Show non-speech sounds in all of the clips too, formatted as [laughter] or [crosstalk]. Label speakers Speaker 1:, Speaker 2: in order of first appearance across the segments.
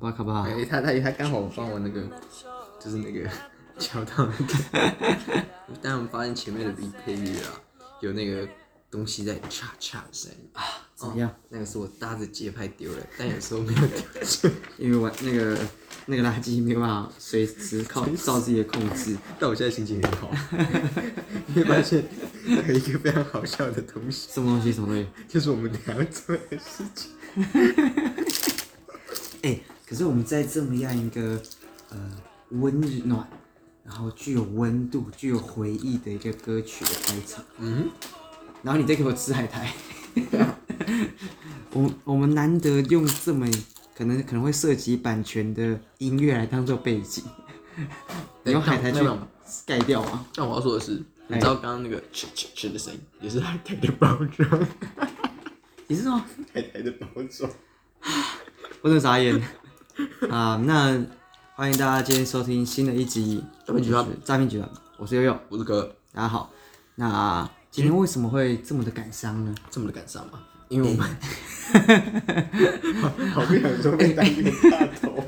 Speaker 1: 巴卡巴，
Speaker 2: 哎，他他他刚好放我那个，就是那个敲到那个， [laughs] 但我发现前面的配配乐啊，有那个东西在叉叉的声音，哦
Speaker 1: 怎么样？
Speaker 2: 那个是我搭着节拍丢的，但有时候没有丢 [laughs] 准，
Speaker 1: 因为我那个那个垃圾没有办法随时靠照自己的控制。
Speaker 2: 但我现在心情很好， [laughs] 你会发现有一个非常好笑的东西，
Speaker 1: 什么东西？什么东西？
Speaker 2: 就是我们俩要做的事情。
Speaker 1: 哎、可是我们在这么样一个呃温暖，然后具有温度、具有回忆的一个歌曲的开场，嗯，然后你再给我吃海苔， [laughs] 我我们难得用这么可能可能会涉及版权的音乐来当做背景，你用海苔去
Speaker 2: 那种
Speaker 1: 盖掉吗？
Speaker 2: 但我要说的是，你知道刚刚那个吃吃吃的声音，也是海苔的包 [laughs] 装，
Speaker 1: 你是吗？
Speaker 2: 海苔的包装。
Speaker 1: 我真的傻眼 [laughs] 啊！那欢迎大家今天收听新的一集《
Speaker 2: 诈骗集团》，
Speaker 1: 诈骗集团，我是悠悠。
Speaker 2: 我这个
Speaker 1: 大家好，那今天为什么会这么的感伤呢？
Speaker 2: 这么的感伤吗？因为我们哎 [laughs] 好不想说被当冤大头，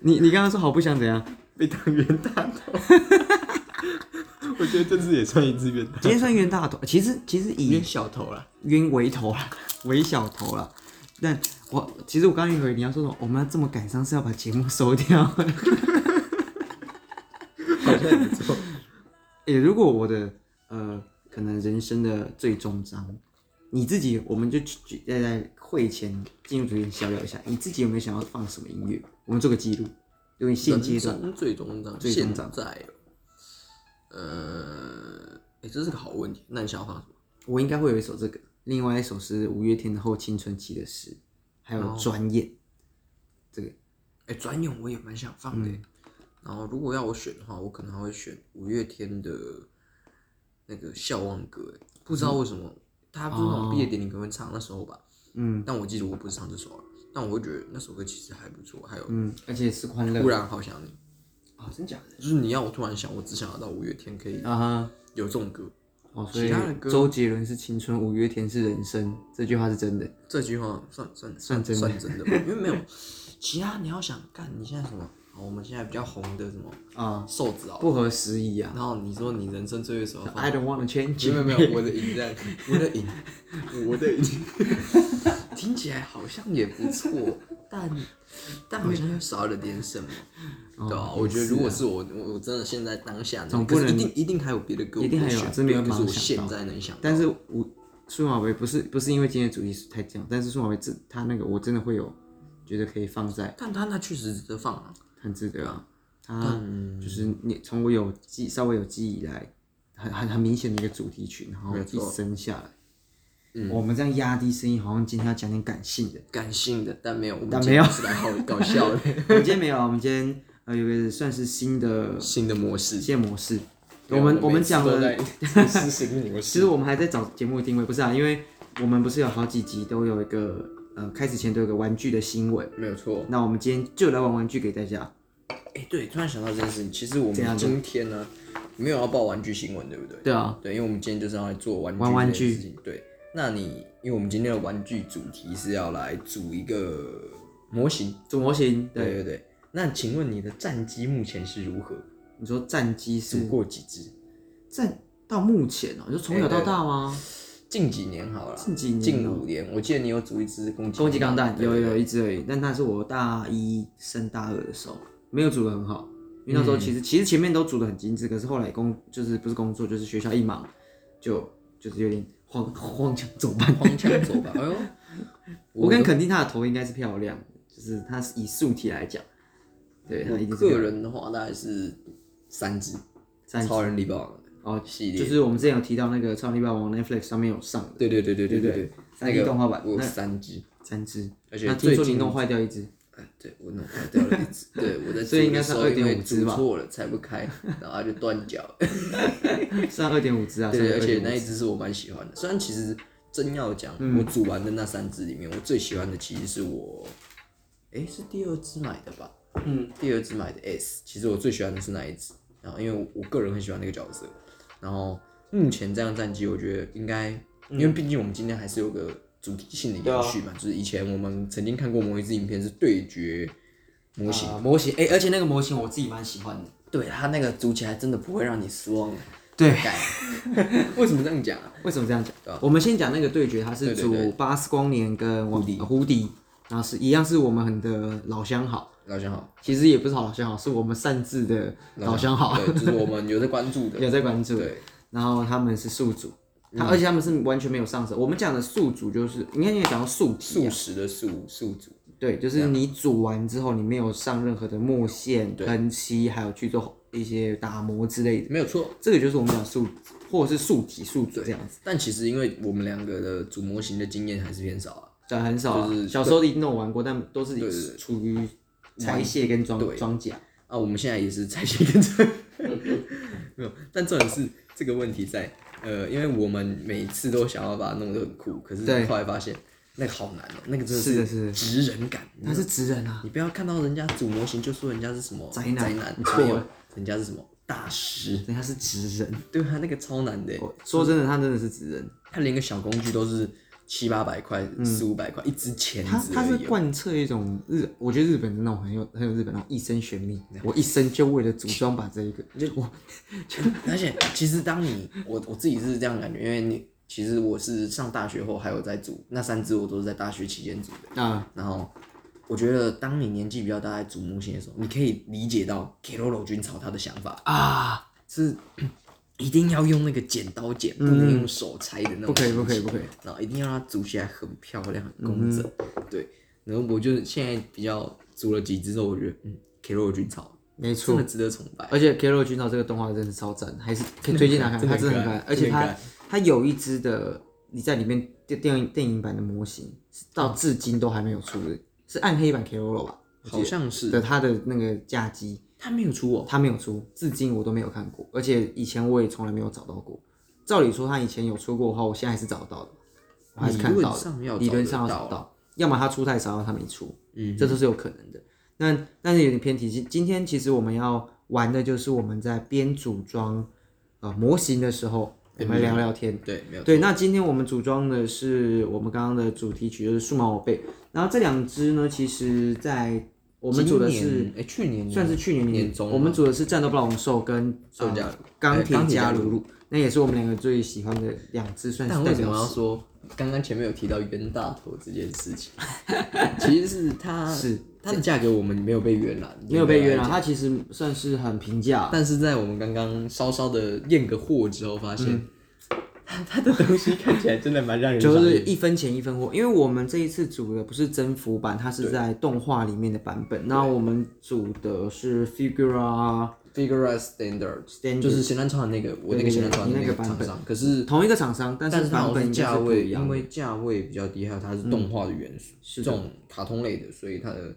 Speaker 1: 你你刚刚说好不想怎样？
Speaker 2: 被当冤大头。我觉得这次也算一只冤大
Speaker 1: 今天算冤大头，其实其实以
Speaker 2: 冤小头啦。
Speaker 1: 冤为头啦， [laughs] 为小头啦。但我其实我刚刚以为你要说什么，我们要这么感伤是要把节目收掉。
Speaker 2: 好像也不错。
Speaker 1: 诶、如果我的呃，可能人生的最终章，你自己，我们就去去在在会前进入主题小聊一下，你自己有没有想要放什么音乐？我们做个记录，因为现阶段
Speaker 2: 人生最终章，
Speaker 1: 最
Speaker 2: 现
Speaker 1: 终章
Speaker 2: 在哦，呃，哎，这是个好问题。那你想要放什么？
Speaker 1: 我应该会有一首这个，另外一首是五月天的《后青春期的事》，还有
Speaker 2: 哦
Speaker 1: 《专业》这个
Speaker 2: 哎，转眼我也蛮想放
Speaker 1: 嗯
Speaker 2: 的。然后如果要我选的话，我可能还会选五月天的那个《笑忘歌》诶。不知道为什么，他不是
Speaker 1: 哦
Speaker 2: 那种毕业典礼可能会唱那时候吧。
Speaker 1: 嗯
Speaker 2: 但我记得我不是唱这首啊，但我会觉得那首歌其实还不错。还有《
Speaker 1: 嗯，而且是欢乐
Speaker 2: 突然好想你》，
Speaker 1: 啊、真假的
Speaker 2: 就是你要我突然想，我只想得到五月天可以
Speaker 1: 啊哈
Speaker 2: 有这种歌。
Speaker 1: 哦，所以
Speaker 2: 其他的歌
Speaker 1: 周杰伦是青春，五月天是人生，这句话是真的。
Speaker 2: 这句话算算
Speaker 1: 算真的
Speaker 2: 算真的吧，因为没有其他你要想干，你现在什么？好我们现在比较红的什么
Speaker 1: 啊
Speaker 2: 瘦子啊，
Speaker 1: 不合时宜啊
Speaker 2: 然后你说你人生最后什么？
Speaker 1: ！I don't wanna
Speaker 2: 没
Speaker 1: change，
Speaker 2: 有
Speaker 1: it
Speaker 2: 没有没有，我的赢在我的赢，我的赢，
Speaker 1: [laughs]
Speaker 2: 听起来好像也不错，但但好像又少了点什么。
Speaker 1: 哦
Speaker 2: 对啊，我觉得如果是我，我我真的现在当下那个，
Speaker 1: 总不
Speaker 2: 可
Speaker 1: 能
Speaker 2: 是一定一定还有别的歌我
Speaker 1: 一
Speaker 2: 会
Speaker 1: 定
Speaker 2: 选，
Speaker 1: 还有啊真没有
Speaker 2: 对就是
Speaker 1: 马
Speaker 2: 我
Speaker 1: 上
Speaker 2: 现
Speaker 1: 想到
Speaker 2: 在能想到，
Speaker 1: 但是我数码维不是不是因为今天的主题是太这样，但是数码维这他那个我真的会有觉得可以放在
Speaker 2: 但他那确实值得放啊。
Speaker 1: 很值得啊。他
Speaker 2: 嗯
Speaker 1: 就是你从我有记稍微有记忆以来，很很很明显的一个主题曲，然后
Speaker 2: 没
Speaker 1: 一
Speaker 2: 错嗯
Speaker 1: 升下来，我们这样压低声音，好像今天要讲点感性的。
Speaker 2: 感性的，但没有，我们
Speaker 1: 但
Speaker 2: 今
Speaker 1: 没有
Speaker 2: 天是来好搞
Speaker 1: [laughs]
Speaker 2: 笑的
Speaker 1: 我们今天没有啊，我们今天呃有个算是新的
Speaker 2: 新的模式。
Speaker 1: 新的模式。我们我们讲了， [laughs]
Speaker 2: 是新模
Speaker 1: 其实，我们还在找节目定位，不是啊？因为我们不是有好几集都有一个呃开始前都有个玩具的新闻，
Speaker 2: 没有错。
Speaker 1: 那我们今天就来玩玩具给大家。
Speaker 2: 哎、对，突然想到这件事情，其实我
Speaker 1: 怎样
Speaker 2: 们
Speaker 1: 的
Speaker 2: 今天呢、没有要报玩具新闻，对不对？
Speaker 1: 对啊，
Speaker 2: 对，因为我们今天就是要来做玩具
Speaker 1: 玩玩
Speaker 2: 这件事情。对，那你因为我们今天的玩具主题是要来组一个模型，
Speaker 1: 做模型，
Speaker 2: 对
Speaker 1: 对，
Speaker 2: 对对。那请问你的战绩目前是如何？
Speaker 1: 你说战机是
Speaker 2: 组过几只？
Speaker 1: 战到目前哦、你说从小到大吗？
Speaker 2: 近几年好了，
Speaker 1: 近几年
Speaker 2: 近
Speaker 1: 哦
Speaker 2: 五年，我记得你有组一只攻击
Speaker 1: 攻击钢弹
Speaker 2: 哎对
Speaker 1: 有
Speaker 2: 对对
Speaker 1: 有一只而已，但那是我大一升大二的时候，没有组的很好，因为那时候其
Speaker 2: 嗯
Speaker 1: 实、其实前面都组的很精致，可是后来工就是不是工作就是学校一忙，就就是有点荒荒腔走板。
Speaker 2: [laughs] 荒腔走
Speaker 1: [laughs]
Speaker 2: 吧。哎呦，
Speaker 1: 我敢肯定他的头应该是漂亮的，就是他是以素体来讲，对啊他一定
Speaker 2: 我
Speaker 1: 是漂
Speaker 2: 个
Speaker 1: 亮
Speaker 2: 人的话大概是三只，
Speaker 1: 三只
Speaker 2: 超人力霸王
Speaker 1: 哦
Speaker 2: 系列，
Speaker 1: 就是我们之前有提到那个《超能力霸王》Netflix 上面有上的
Speaker 2: 对对对对对
Speaker 1: 对
Speaker 2: 对，
Speaker 1: 三
Speaker 2: 那
Speaker 1: D
Speaker 2: 个
Speaker 1: 动画版
Speaker 2: 我有
Speaker 1: 那
Speaker 2: 三只，
Speaker 1: 三只，
Speaker 2: 而且
Speaker 1: 那听说
Speaker 2: 最近
Speaker 1: 你弄坏掉一只，
Speaker 2: 哎，对我弄坏掉了一只，对我
Speaker 1: [laughs]
Speaker 2: 在
Speaker 1: 所以应该是
Speaker 2: 煮的时候因为
Speaker 1: 2.5只
Speaker 2: 煮
Speaker 1: 吧
Speaker 2: 错了，踩不开，然后它就断脚。
Speaker 1: 算二点五只啊，
Speaker 2: 对，
Speaker 1: 算
Speaker 2: 而且那
Speaker 1: 2.5
Speaker 2: 一只是我蛮嗯喜欢的，虽然其实真要讲，我煮完的那三只里面，我最喜欢的其实是我，哎，是第二只买的吧？嗯，第二只买的 S，其实我最喜欢的是那一只。然后因为我我个人很喜欢那个角嗯色，然后目前这样战绩，我觉得应该，因为毕竟我们今天还是有个主题性的延续嘛，就是以前我们曾经看过某一支影片是对决模型，
Speaker 1: 啊模型，哎、而且那个模型我自己蛮喜欢的。
Speaker 2: 对它那个组起来真的不会让你失望的。
Speaker 1: 对，
Speaker 2: 干 [laughs] 为什么这样讲啊？
Speaker 1: 为什么这样讲？我们先讲那个对决，它是
Speaker 2: 对对对
Speaker 1: 主巴斯光年跟胡迪，胡迪，然后是一样是我们很的老相好，
Speaker 2: 老乡好，
Speaker 1: 其实也不是好老相好，是我们擅自的老相好，
Speaker 2: 对，就是我们有在
Speaker 1: [laughs]
Speaker 2: 关注的，
Speaker 1: 有在关注。
Speaker 2: 对，
Speaker 1: 然后他们是宿主，
Speaker 2: 嗯
Speaker 1: 他、而且他们是完全没有上手。我们讲的宿主就是，应该也讲到宿体，
Speaker 2: 素食的素素组，
Speaker 1: 对，就是你煮完之后，你没有上任何的墨线、喷漆，还有去做一些打磨之类的，
Speaker 2: 没有错。
Speaker 1: 这个就是我们讲宿或者是宿体、宿主这样子，
Speaker 2: 但其实因为我们两个的组模型的经验还是偏少啊，
Speaker 1: 讲很少、啊，
Speaker 2: 就是
Speaker 1: 小时候一定都有玩过，但都
Speaker 2: 对
Speaker 1: 是处于拆卸跟装装甲。
Speaker 2: 啊，我们现在也是在线跟着， [laughs] 没有。但重点是这个问题在，呃，因为我们每次都想要把它弄得很酷，可是
Speaker 1: 对
Speaker 2: 后来发现那个好难哦、那个真的
Speaker 1: 是的是的
Speaker 2: 直人感。
Speaker 1: 他是直人啊，
Speaker 2: 你不要看到人家组模型就说人家是什么
Speaker 1: 宅男
Speaker 2: 宅
Speaker 1: [laughs]
Speaker 2: 男
Speaker 1: 你错
Speaker 2: 没有
Speaker 1: 了，
Speaker 2: 人家是什么大师，
Speaker 1: 人家是直人。
Speaker 2: 对他那个超难的欸，
Speaker 1: 我说真的，他真的是直人，
Speaker 2: 他连个小工具都是七八百块、四五百块一支钳
Speaker 1: 嗯他
Speaker 2: 子
Speaker 1: 他
Speaker 2: 而
Speaker 1: 是
Speaker 2: 已哦。
Speaker 1: 贯彻一种日，我觉得日本的那种很有很有日本那种一生悬命，我一生就为了组装把这一个，我
Speaker 2: 而且其实当你我我自己是这样感觉，因为你其实我是上大学后还有在组那三支，我都是在大学期间组的。
Speaker 1: 啊
Speaker 2: 然后我觉得当你年纪比较大，在组模型的时候，你可以理解到 Keroro 军曹他的想法
Speaker 1: 啊，
Speaker 2: 是一定要用那个剪刀剪，不能用手拆的那种
Speaker 1: 嗯不可以不
Speaker 2: 东
Speaker 1: 可以
Speaker 2: 西
Speaker 1: 不可以，嗯
Speaker 2: 然后一定要让它组起来很漂亮、很工整。对，然后我就是现在比较组了几支之后，我觉得嗯，Keroro 军曹
Speaker 1: 没
Speaker 2: 真
Speaker 1: 错
Speaker 2: 的。值得崇拜。
Speaker 1: 而且 Kero 君岛这个动画真的是超赞，还是可以推荐大家看，
Speaker 2: 嗯真
Speaker 1: 它
Speaker 2: 的
Speaker 1: 真的很可
Speaker 2: 很可爱
Speaker 1: 爱，而且
Speaker 2: 真的
Speaker 1: 它
Speaker 2: 很可爱
Speaker 1: 它有一只的你在里面电电影电影版的模型，到至今都还没有出的，是暗黑版 Kero 吧？我记
Speaker 2: 好
Speaker 1: 得
Speaker 2: 像是
Speaker 1: 的它的那个架机，
Speaker 2: 他没有出哦，
Speaker 1: 它没有出，至今我都没有看过，而且以前我也从来没有找到过。照理说它以前有出过的话，我现在还是找得到的，我还是看得到
Speaker 2: 理论上
Speaker 1: 的，
Speaker 2: 要
Speaker 1: 理论上要
Speaker 2: 找得
Speaker 1: 找得到，要么它出太少，要么它没出。
Speaker 2: 嗯，
Speaker 1: 这都是有可能的。那但是有点偏题。今今天其实我们要玩的就是我们在边组装呃模型的时候，我们聊聊天。
Speaker 2: 对，没有
Speaker 1: 对，那今天我们组装的是我们刚刚的主题曲，就是数码宝贝。然后这两只呢，其实在我们组的是
Speaker 2: 哎、诶去年
Speaker 1: 算是去年
Speaker 2: 年中啊
Speaker 1: 我们组的是战斗暴龙兽跟
Speaker 2: 兽
Speaker 1: 呃
Speaker 2: 加
Speaker 1: 钢
Speaker 2: 哎
Speaker 1: 铁
Speaker 2: 钢铁
Speaker 1: 加
Speaker 2: 加
Speaker 1: 鲁鲁，那也是我们两个最喜欢的两只，算是
Speaker 2: 但
Speaker 1: 代
Speaker 2: 为什
Speaker 1: 表
Speaker 2: 么要说刚刚前面有提到冤大头这件
Speaker 1: [laughs]
Speaker 2: 事情？其实是它
Speaker 1: 是
Speaker 2: 它的价格我们没有被冤了，
Speaker 1: 没有被约了，它其实算是很平价。
Speaker 2: 但是在我们刚刚稍稍的验个货之后，发现它、 [laughs] 它的东西看起来真的蛮让人
Speaker 1: 嗯就
Speaker 2: 傻
Speaker 1: 是
Speaker 2: 眼
Speaker 1: 一分钱一分货，因为我们这一次组的不是征服版，它是在动画里面的版本。那我们组的是 Figura，
Speaker 2: Figura Standard
Speaker 1: Standard
Speaker 2: 就是咸蛋超人那个我那个咸蛋超人的
Speaker 1: 那个版
Speaker 2: 厂
Speaker 1: 本
Speaker 2: 商，可是
Speaker 1: 同一个厂商，但
Speaker 2: 但
Speaker 1: 是
Speaker 2: 是它
Speaker 1: 版
Speaker 2: 好
Speaker 1: 本应
Speaker 2: 像
Speaker 1: 该
Speaker 2: 价
Speaker 1: 是不
Speaker 2: 位，
Speaker 1: 一样
Speaker 2: 因
Speaker 1: 的。
Speaker 2: 为价位比较低，还有它是动画的元素，是这种卡通类的，所以它的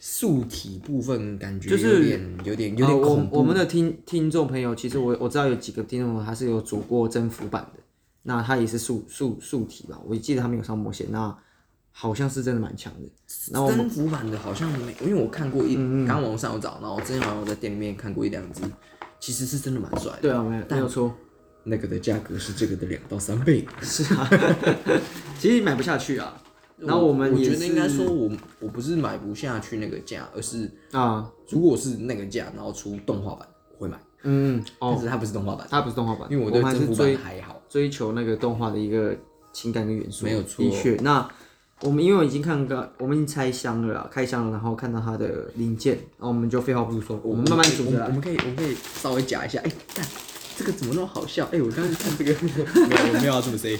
Speaker 2: 素体部分感觉
Speaker 1: 就是
Speaker 2: 有点有点有
Speaker 1: 呃
Speaker 2: 点
Speaker 1: 我
Speaker 2: 恐怖。
Speaker 1: 我们的听听众朋友，其实我我知道有几个听众朋友他是有组过征服版的，那他也是数数数体吧，我记得他没有上魔线，那好像是真的蛮强的。然后我们
Speaker 2: 增幅版的好像没，因为我看过一，刚网上有找，然后我之前好像在店里面看过一两只，其实是真的蛮帅的。
Speaker 1: 对啊，没有没有错，
Speaker 2: 那个的价格是这个的两到三倍。
Speaker 1: 是啊， [laughs] 其实买不下去啊。然后们
Speaker 2: 我
Speaker 1: 也
Speaker 2: 觉得应该
Speaker 1: 是
Speaker 2: 说我我不是买不下去那个价，而是
Speaker 1: 啊，
Speaker 2: 如果是那个价，然后出动画版我会买，
Speaker 1: 嗯哦，
Speaker 2: 但是它不是动画版，
Speaker 1: 它不是动画版，
Speaker 2: 因为
Speaker 1: 我
Speaker 2: 我对
Speaker 1: 们还
Speaker 2: 增
Speaker 1: 是
Speaker 2: 幅
Speaker 1: 追
Speaker 2: 版还好。
Speaker 1: 追求那个动画的一个情感跟元素，
Speaker 2: 没有错
Speaker 1: 的确，那我们因为我已经看个，我们已经拆箱了啦，开箱了，然后看到它的零件，然后我们就废话不说，我们慢慢组
Speaker 2: 我
Speaker 1: 着
Speaker 2: 们我
Speaker 1: 来。
Speaker 2: 们可以我们可以稍微夹一下。哎、看这个怎么那么好笑？哎、我刚刚看这个，没有，我没有要这么 [laughs] say。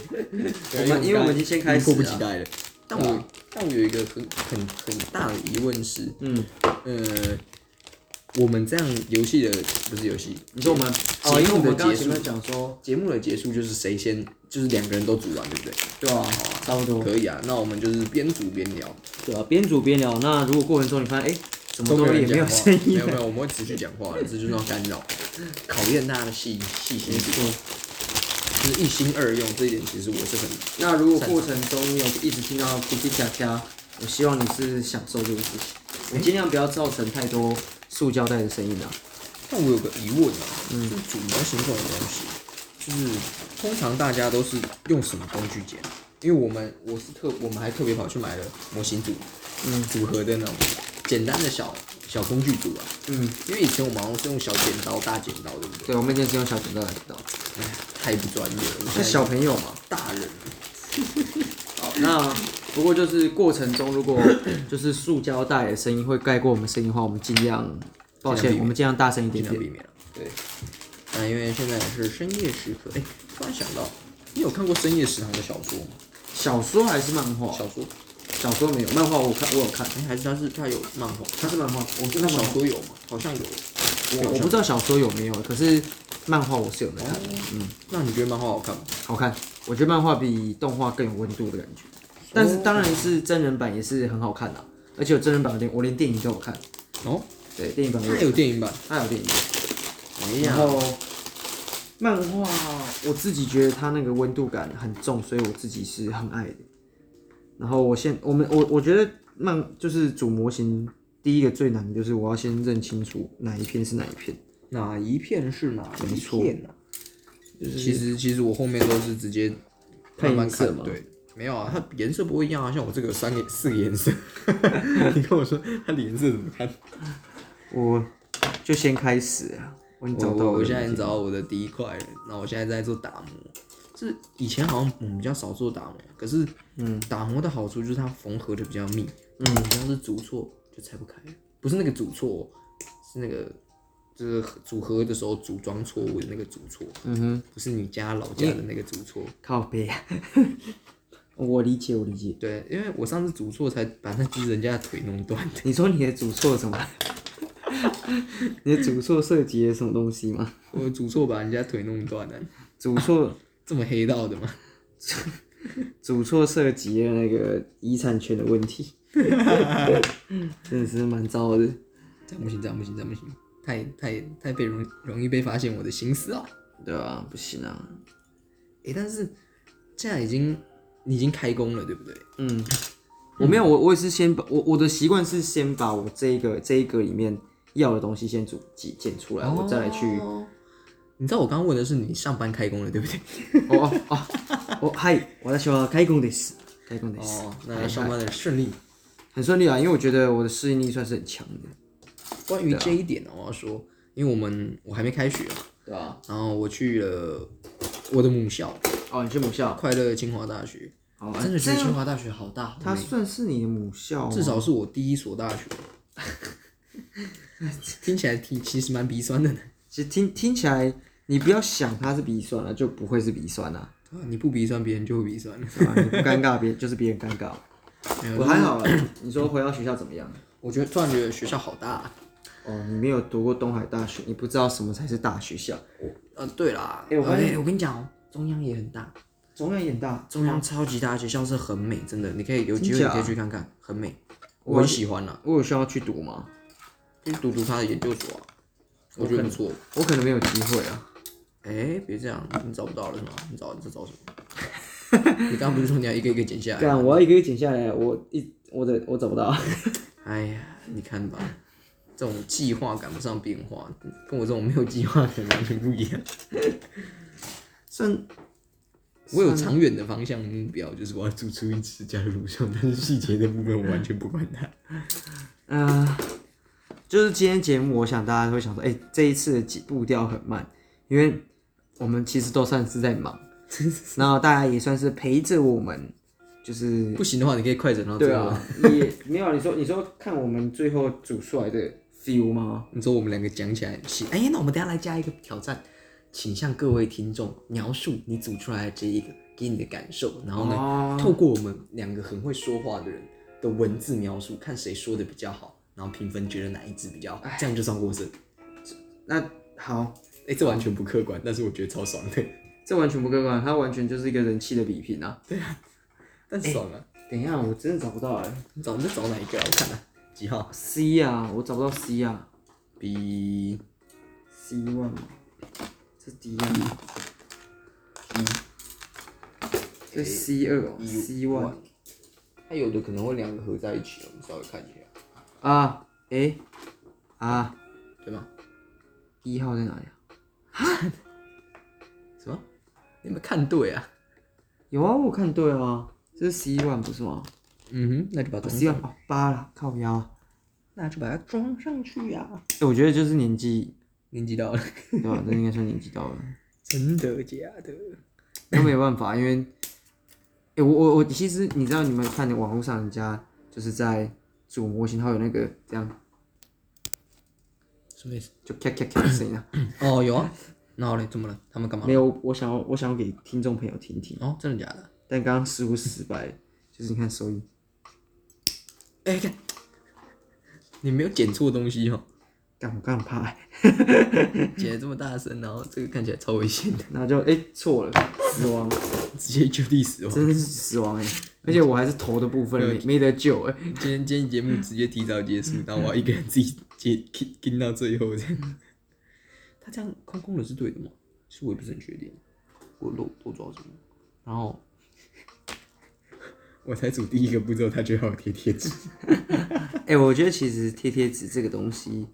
Speaker 1: 我们因为我们已经先开始
Speaker 2: 迫不
Speaker 1: 了
Speaker 2: 及待了。啊但我但我有一个很很很大的疑问是，
Speaker 1: 嗯，
Speaker 2: 呃，我们这样游戏的不是游戏，
Speaker 1: 你说我们
Speaker 2: 节目
Speaker 1: 哦，因为我们
Speaker 2: 的
Speaker 1: 刚刚
Speaker 2: 结
Speaker 1: 前
Speaker 2: 束
Speaker 1: 面讲说，
Speaker 2: 节目的结束就是谁先，就是两个人都组完，对不对？
Speaker 1: 对啊，差不多，
Speaker 2: 可以啊，那我们就是边组边聊，
Speaker 1: 对啊，边组边聊。那如果过程中你发现，哎，怎么都
Speaker 2: 人
Speaker 1: 也没
Speaker 2: 讲
Speaker 1: 有
Speaker 2: 话
Speaker 1: 声音
Speaker 2: 没有没
Speaker 1: 了，
Speaker 2: 有，我们会持续讲话的，这就是要干扰，考验大家的细细心度。就是一心二用这一点，其实我是很
Speaker 1: 那如果过程中你有一直听到叽叽喳喳，我希望你是享受这个事情，你尽量不要造成太多塑胶袋的声音啊。
Speaker 2: 但我有个疑问啊，就是组模型这种东西，就是通常大家都是用什么工具剪？因为我们我是特我们还特别跑去买了模型组，嗯，组合的那种简单的小小工具组啊，嗯，因为以前我们好像是用小剪刀、大剪刀，对不对？
Speaker 1: 对，我们以前是用小剪刀来剪刀，
Speaker 2: 太不专业了，我们
Speaker 1: 那
Speaker 2: 现在
Speaker 1: 小朋友嘛。
Speaker 2: 大人了，
Speaker 1: 好，那不过就是过程中，
Speaker 2: [coughs]
Speaker 1: 如果就是塑胶袋的声音会盖过我们声音的话，我们尽量，抱
Speaker 2: 尽量避
Speaker 1: 歉，
Speaker 2: 免
Speaker 1: 我们尽量大声一
Speaker 2: 尽
Speaker 1: 点
Speaker 2: 量避
Speaker 1: 点。
Speaker 2: 免了。对，那因为现在是深夜时刻，哎，突然想到，你有看过《深夜食堂》的小说吗？
Speaker 1: 小说还是漫画？
Speaker 2: 小说，
Speaker 1: 小说没有，漫画我看我有看，
Speaker 2: 哎，还是它是它有漫画？
Speaker 1: 它是漫画，我真的
Speaker 2: 那
Speaker 1: 漫
Speaker 2: 小
Speaker 1: 画
Speaker 2: 说有吗？好像有。
Speaker 1: 我我不知道小说有没有，可是漫画我是有在
Speaker 2: 哦
Speaker 1: 看的，嗯，
Speaker 2: 那你觉得漫画好看吗？
Speaker 1: 好看，我觉得漫画比动画更有温度的感觉，
Speaker 2: 哦
Speaker 1: 但是当然是真人版也是很好看的、而且有真人版我连我连电影都有看，
Speaker 2: 哦，
Speaker 1: 对，电影版我
Speaker 2: 它有电影版。
Speaker 1: 它有电影，
Speaker 2: 哎
Speaker 1: 然后漫画我自己觉得它那个温度感很重，所以我自己是很爱的。然后我现我们我我觉得漫就是组模型第一个最难的就是我要先认清楚哪一篇是哪一篇，
Speaker 2: 哪一片是哪一
Speaker 1: 没错
Speaker 2: 片呢、其实其实我后面都是直接
Speaker 1: 配
Speaker 2: 慢慢
Speaker 1: 颜色
Speaker 2: 看
Speaker 1: 吗
Speaker 2: 对，没有啊，它颜色不会一样啊，像我这个有三个四个颜色， [laughs] 你跟我说它的颜色怎么看？
Speaker 1: 我就先开始啊，我已经
Speaker 2: 我
Speaker 1: 找到
Speaker 2: 我
Speaker 1: 了
Speaker 2: 我现在已经找到我的第一块了，那我现在在做打磨。是以前好像我们比较少做打磨，可是嗯，打磨的好处就是它缝合的比较密，嗯，你要是组错就拆不开，不是那个组错哦，是那个就是组合的时候组装错误的那个组错，嗯哼，嗯不是你家老家的那个组错。
Speaker 1: 靠背啊，我理解我理解。
Speaker 2: 对，因为我上次组错才把那只人家的腿弄断的，
Speaker 1: 你说你的主错什 [laughs] 么？你的主错涉及了什么东西吗？
Speaker 2: 我组错把人家腿弄断的，
Speaker 1: 主错
Speaker 2: 这么黑道的吗？
Speaker 1: 主错涉及了那个遗产权的问
Speaker 2: [laughs]
Speaker 1: 题，真的是蛮糟的。
Speaker 2: 这样不行，这样不行，这样不行，太太太被容容易被发现我的心思啊！
Speaker 1: 对啊，不行啊。
Speaker 2: 诶，但是现在已经你已经开工了，对不对？
Speaker 1: 嗯，我没有，我我也是先把我我的习惯是先把我这一个这一个里面要的东西先组剪剪出来，我再来去。
Speaker 2: 哦你知道我刚刚问的是你上班开工了，对不
Speaker 1: [laughs]
Speaker 2: 对？
Speaker 1: 哦哦哦，哦嗨，我在说开工です，开工です。
Speaker 2: 哦，那上班的顺利。
Speaker 1: 很顺利啊，因为我觉得我的适应力算是很强的，
Speaker 2: 关
Speaker 1: 啊
Speaker 2: 于这一点呢、我要说，因为我们我还没开学嘛，
Speaker 1: 对吧、
Speaker 2: 然后我去了我的母校
Speaker 1: 哦，你去母校，
Speaker 2: 快乐清华大学，
Speaker 1: 哦，
Speaker 2: 真的觉得
Speaker 1: 这
Speaker 2: 清
Speaker 1: 样
Speaker 2: 华大学好大，好
Speaker 1: 它
Speaker 2: 美
Speaker 1: 算是你的母校吗，
Speaker 2: 至少是我第一所大
Speaker 1: [laughs]
Speaker 2: 学。听起来挺其实蛮鼻酸的呢。
Speaker 1: 其实听听起来，你不要想它是鼻酸了、啊就不会是鼻酸啦、
Speaker 2: 对啊你不鼻酸，别人就会鼻酸。 [laughs]
Speaker 1: 对吧？你不尴尬，别就是别人尴尬。
Speaker 2: 没有
Speaker 1: [laughs] 我还好啦，你说回到学校怎么样？
Speaker 2: 我觉得突然觉得学校好大、啊。
Speaker 1: 哦，你没有读过东海大学，你不知道什么才是大学校。
Speaker 2: 呃，对啦，哎、
Speaker 1: 哎我发现
Speaker 2: 我跟你讲哦，中央也很大，
Speaker 1: 中央也很大，
Speaker 2: 中央超级大，学校是很美，真的，你可以有机
Speaker 1: 真
Speaker 2: 会你
Speaker 1: 假
Speaker 2: 可以去看看，很美，我很喜欢啊啦，
Speaker 1: 我有需要去读吗？
Speaker 2: 去读读他的研究所啊，我觉得不错。
Speaker 1: 我可能没有机会啊。
Speaker 2: 哎、别这样，你找不到了是吗？你找你在找什么？ [laughs] 你刚刚不是说你要一个一个剪下来？
Speaker 1: 干，我要一个一个剪下来，我一我的我找不到。 [laughs]
Speaker 2: 哎呀，你看吧，这种计划赶不上变化，跟我这种没有计划的人完全不一样。
Speaker 1: 算
Speaker 2: 我有长远的方向目标，就是我要做出一次加入乳臭，但是细节的部分我完全不管它。
Speaker 1: 嗯、就是今天节目，我想大家会想说，哎、这一次的节步调很慢，因为我们其实都算是在 [laughs] 忙，然后大家也算是陪着我们，就是
Speaker 2: [laughs] 不行的话，你可以快转到最后。，
Speaker 1: 也没有啊你说你说看我们最后煮出来的 feel 吗？
Speaker 2: 你说我们两个讲起来行，哎、那我们等一下来加一个挑战，请向各位听众描述你组出来的这一个给你的感受，然后呢，
Speaker 1: 哦
Speaker 2: 透过我们两个很会说话的人的文字描述，看谁说的比较好，然后评分觉得哪一支比较好，这样就算获胜。
Speaker 1: 那好，
Speaker 2: 哎、这完全不客观，但是我觉得超爽的， [laughs]
Speaker 1: 这完全不客观，它完全就是一个人气的比拼啊！
Speaker 2: 但爽啊！
Speaker 1: 等一下，我真的找不到哎、
Speaker 2: 你找你在找哪一个、啊？我看看、几号
Speaker 1: c 啊，我找不到 C 啊
Speaker 2: ？B
Speaker 1: ，C one，这是 D 啊，嗯这是 C 二哦，C 嗯 one。
Speaker 2: 它有的可能会两个合在一起，我们稍微看一下，
Speaker 1: 啊，诶，啊，
Speaker 2: 对吗？
Speaker 1: 一号在哪里啊？
Speaker 2: 什么？你有没有看对啊？
Speaker 1: 有啊，我看对了啊，这是十一万不是吗？
Speaker 2: 嗯哼，那就把它
Speaker 1: 十一万哦，八了，靠腰啊。
Speaker 2: 那就把它装上去啊呀、
Speaker 1: 哎、我觉得就是年纪，
Speaker 2: 年纪到了，
Speaker 1: 对吧？这应该算年纪到了，
Speaker 2: [laughs] 真的假的？
Speaker 1: 那没有办法，因为，哎、我我我，其实你知道，你们看网络上人家就是在组模型，它有那个这样
Speaker 2: 什么意思？
Speaker 1: 就咔咔咔的声音啊。
Speaker 2: 哦，有啊。然后嘞，怎么了？他们干嘛
Speaker 1: 没？有，我想要我想要给听众朋友听听，
Speaker 2: 哦，真的假的？
Speaker 1: 但刚刚似乎失败了，就是你看收音，
Speaker 2: 哎、看，你没有剪错东西哦，
Speaker 1: 干我干很怕、欸，
Speaker 2: 剪的这么大声，然后这个看起来超危险的，
Speaker 1: 然后就哎错、了，死亡，
Speaker 2: 直接就地死亡。
Speaker 1: 真的是死亡哎、而且我还是头的部分没没得救哎、
Speaker 2: 今天今天节目直接提早结束，然后我要一个人自己接听听到最后这样。他这样空空的是对的吗？其实我也不是很确定，我漏漏抓什么？然后我才组第一个步骤，他就要我贴贴纸。
Speaker 1: 哎、我觉得其实贴贴纸这个东西，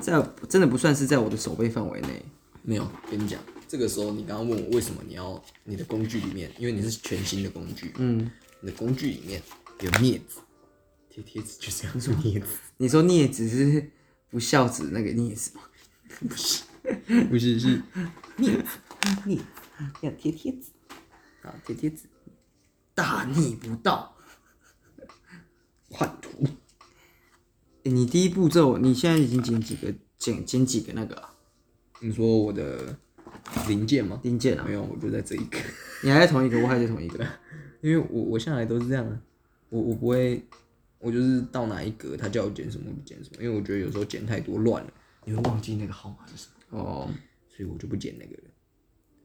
Speaker 1: 在真的不算是在我的手背范围内。
Speaker 2: [laughs] 没有，跟你讲，这个时候你刚刚问我为什么你要你的工具里面，因为你是全新的工具，嗯，你的工具里面有镊子，贴贴纸就是要做镊子，
Speaker 1: 你说镊子是不孝子那个镊子吗？
Speaker 2: 不是 [laughs] 是
Speaker 1: 镊子要贴贴纸，
Speaker 2: 啊贴贴纸
Speaker 1: 大逆啊不道。
Speaker 2: 换图，
Speaker 1: 欸你第一步骤，你现在已经剪几个剪剪几个那个啊
Speaker 2: 你说我的零件吗？ [laughs]
Speaker 1: 零件啊
Speaker 2: 没？有，我就在这一个， [laughs]
Speaker 1: 你还在同一个，我还在同一个。
Speaker 2: 因为我我向来都是这样啊，我我不会，我就是到哪一格他叫我剪什么我就剪什么，因为我觉得有时候剪太多乱了，你会忘记那个号码是什么，
Speaker 1: 哦，
Speaker 2: 所以我就不剪那个了。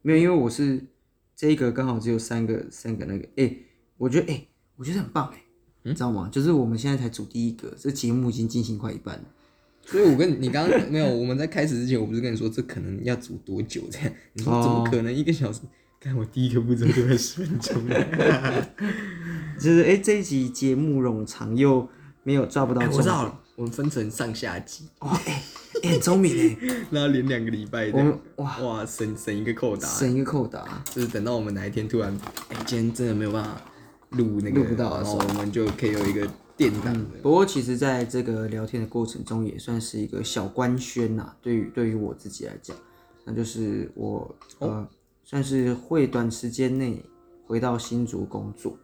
Speaker 1: 没有，因为我是这一个刚好只有三个三个那个，哎、我觉得哎、我觉得很棒哎、
Speaker 2: 嗯
Speaker 1: 你知道吗？就是我们现在才组第一个，这节目已经进行快一半了。
Speaker 2: 所以我跟你你刚刚 [laughs] 没有，我们在开始之前，我不是跟你说这可能要煮多久这样？你说
Speaker 1: 哦
Speaker 2: 怎么可能一个小时？看我第一个步骤就要十分钟了。
Speaker 1: 就是哎、这一集节目冗长又没有抓不到
Speaker 2: [laughs] 哎
Speaker 1: 重
Speaker 2: 我
Speaker 1: 点，
Speaker 2: 知道了，我们分成上下集，
Speaker 1: 哇哎哎、很聪明哎，
Speaker 2: 然后连两个礼拜
Speaker 1: 我们
Speaker 2: 的，
Speaker 1: 哇
Speaker 2: 哇省省一个扣打，
Speaker 1: 省一个扣打，
Speaker 2: 就是等到我们哪一天突然，哎、今天真的没有办法录那个，
Speaker 1: 录不到
Speaker 2: 然后我们就可以有一个垫档的。
Speaker 1: 不过其实在这个聊天的过程中，也算是一个小官宣呐、对于对于我自己来讲，那就是我呃
Speaker 2: 哦
Speaker 1: 算是会短时间内回到新竹工作，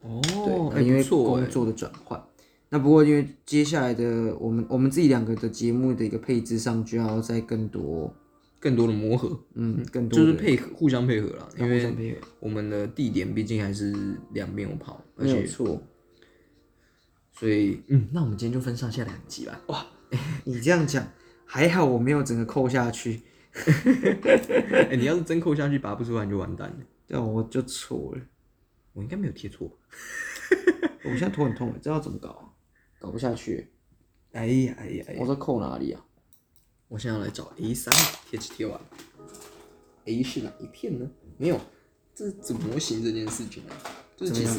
Speaker 2: 哦
Speaker 1: 呃因为工作的转换。那不过因为接下来的我们我们自己两个的节目的一个配置上，就要再更多
Speaker 2: 更多的磨合，
Speaker 1: 嗯更多
Speaker 2: 就
Speaker 1: 的
Speaker 2: 是配合互相配合了，因
Speaker 1: 互相
Speaker 2: 为
Speaker 1: 配合，
Speaker 2: 我们的地点毕竟还是两边有跑，而
Speaker 1: 没有
Speaker 2: 且
Speaker 1: 错。
Speaker 2: 所以嗯，那我们今天就分上下两集吧。哇，
Speaker 1: 你这样讲，还好我没有整个扣下去，
Speaker 2: 哎、你要是真扣下去拔不出来，你就完蛋了。
Speaker 1: 对啊，我就错了。
Speaker 2: 我应该没有贴错吧。
Speaker 1: 我现在头很痛，这要怎么搞啊？搞不下去，欸
Speaker 2: 哎呀哎呀哎呀！
Speaker 1: 我这扣哪里啊？
Speaker 2: 我现在要来找 A 三贴纸贴完，A 是哪一片呢？没有，这是组模型这件事情啊，就是其实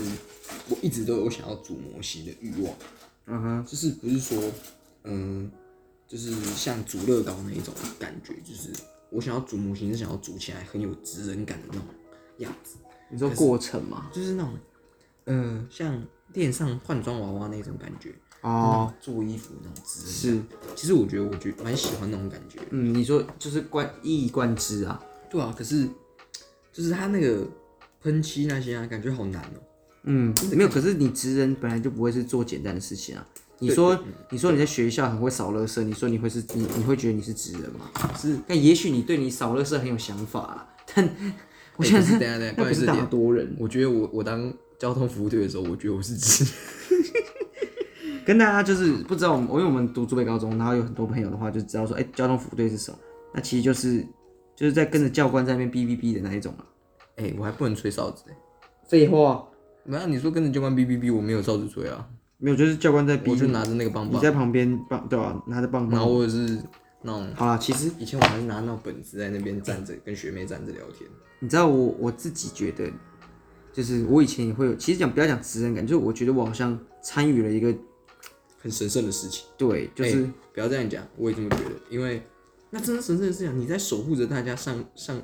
Speaker 2: 我一直都有想要组模型的欲望，
Speaker 1: 嗯哼，
Speaker 2: 就是不是说，嗯，就是像组乐高那一种感觉，就是我想要组模型是想要组起来很有职人感的那种样子，
Speaker 1: 你说过程嘛？
Speaker 2: 就是那种，嗯、像恋上换装娃娃那种感觉，
Speaker 1: 哦，
Speaker 2: 做衣服那种职人。
Speaker 1: 是，
Speaker 2: 其实我觉得我觉得蛮喜欢那种感觉，
Speaker 1: 嗯，你说就是贯一以贯之啊，
Speaker 2: 对啊，可是就是它那个喷漆那些啊，感觉好难哦、
Speaker 1: 嗯，没有，可是你职人本来就不会是做简单的事情啊。你说，你说你在学校很会扫垃圾，你说你会是你你会觉得你是职人吗？
Speaker 2: 是，
Speaker 1: 但也许你对你扫垃圾很有想法啊，但 [laughs] 我
Speaker 2: 欸
Speaker 1: 想
Speaker 2: 可是等一下等一下
Speaker 1: 那
Speaker 2: 关
Speaker 1: 不
Speaker 2: 于
Speaker 1: 是
Speaker 2: 这
Speaker 1: 大
Speaker 2: 点
Speaker 1: 多人。
Speaker 2: 我觉得我我当交通服务队的时候，我觉得我是直，
Speaker 1: 跟大家就是不知道我们，因为我们读竹北高中，然后有很多朋友的话就知道说，哎、交通服务队是什么？那其实就是就是在跟着教官在那边哔哔哔的那一种啊。
Speaker 2: 哎、我还不能吹哨子哎、
Speaker 1: 废话，
Speaker 2: 没有、啊你说跟着教官哔哔哔，我没有哨子吹啊，
Speaker 1: 没有，就是教官在
Speaker 2: 我就
Speaker 1: 哔，
Speaker 2: 拿着那个棒
Speaker 1: 你
Speaker 2: 棒，
Speaker 1: 在旁边棒对吧、拿着棒
Speaker 2: 然后
Speaker 1: 棒。
Speaker 2: 或者是那种，
Speaker 1: 好啦，其实
Speaker 2: 以前我还是拿那种本子在那边站着，跟学妹站着聊天。
Speaker 1: 你知道我我自己觉得，就是我以前也会有，其实讲不要讲职人感，就是我觉得我好像参与了一个
Speaker 2: 很神圣的事情，
Speaker 1: 对，就是、
Speaker 2: 欸不啊要这样讲，我也这么觉得，因为那真的神圣的事情，你在守护着大家上上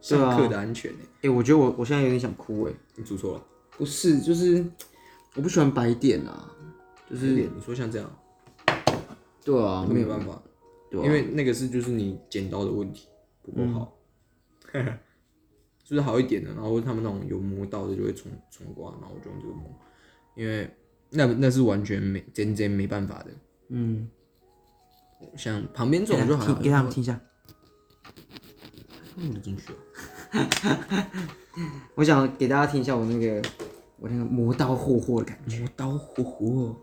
Speaker 2: 上课的安全呢、
Speaker 1: 哎、我觉得我我现在有点想哭哎、
Speaker 2: 你煮错了，
Speaker 1: 不是，就是我不喜欢白点啊，就
Speaker 2: 就
Speaker 1: 是
Speaker 2: 是你说像这样，
Speaker 1: 对啊，没
Speaker 2: 没
Speaker 1: 有
Speaker 2: 办法，
Speaker 1: 对啊
Speaker 2: 因为那个是就是你剪刀的问题不够好，嗯 [laughs] 就是好一点的，然后他们那种有磨到的就会重重刮，然后我就用这个磨，因为那那是完全没真真没办法的，
Speaker 1: 嗯，
Speaker 2: 像旁边这
Speaker 1: 给他
Speaker 2: 种就
Speaker 1: 们
Speaker 2: 好啊
Speaker 1: 听，给他们听一下。
Speaker 2: 弄得进去哦，
Speaker 1: 我想给大家听一下我那个我那个磨刀霍霍的感觉，
Speaker 2: 磨刀霍霍，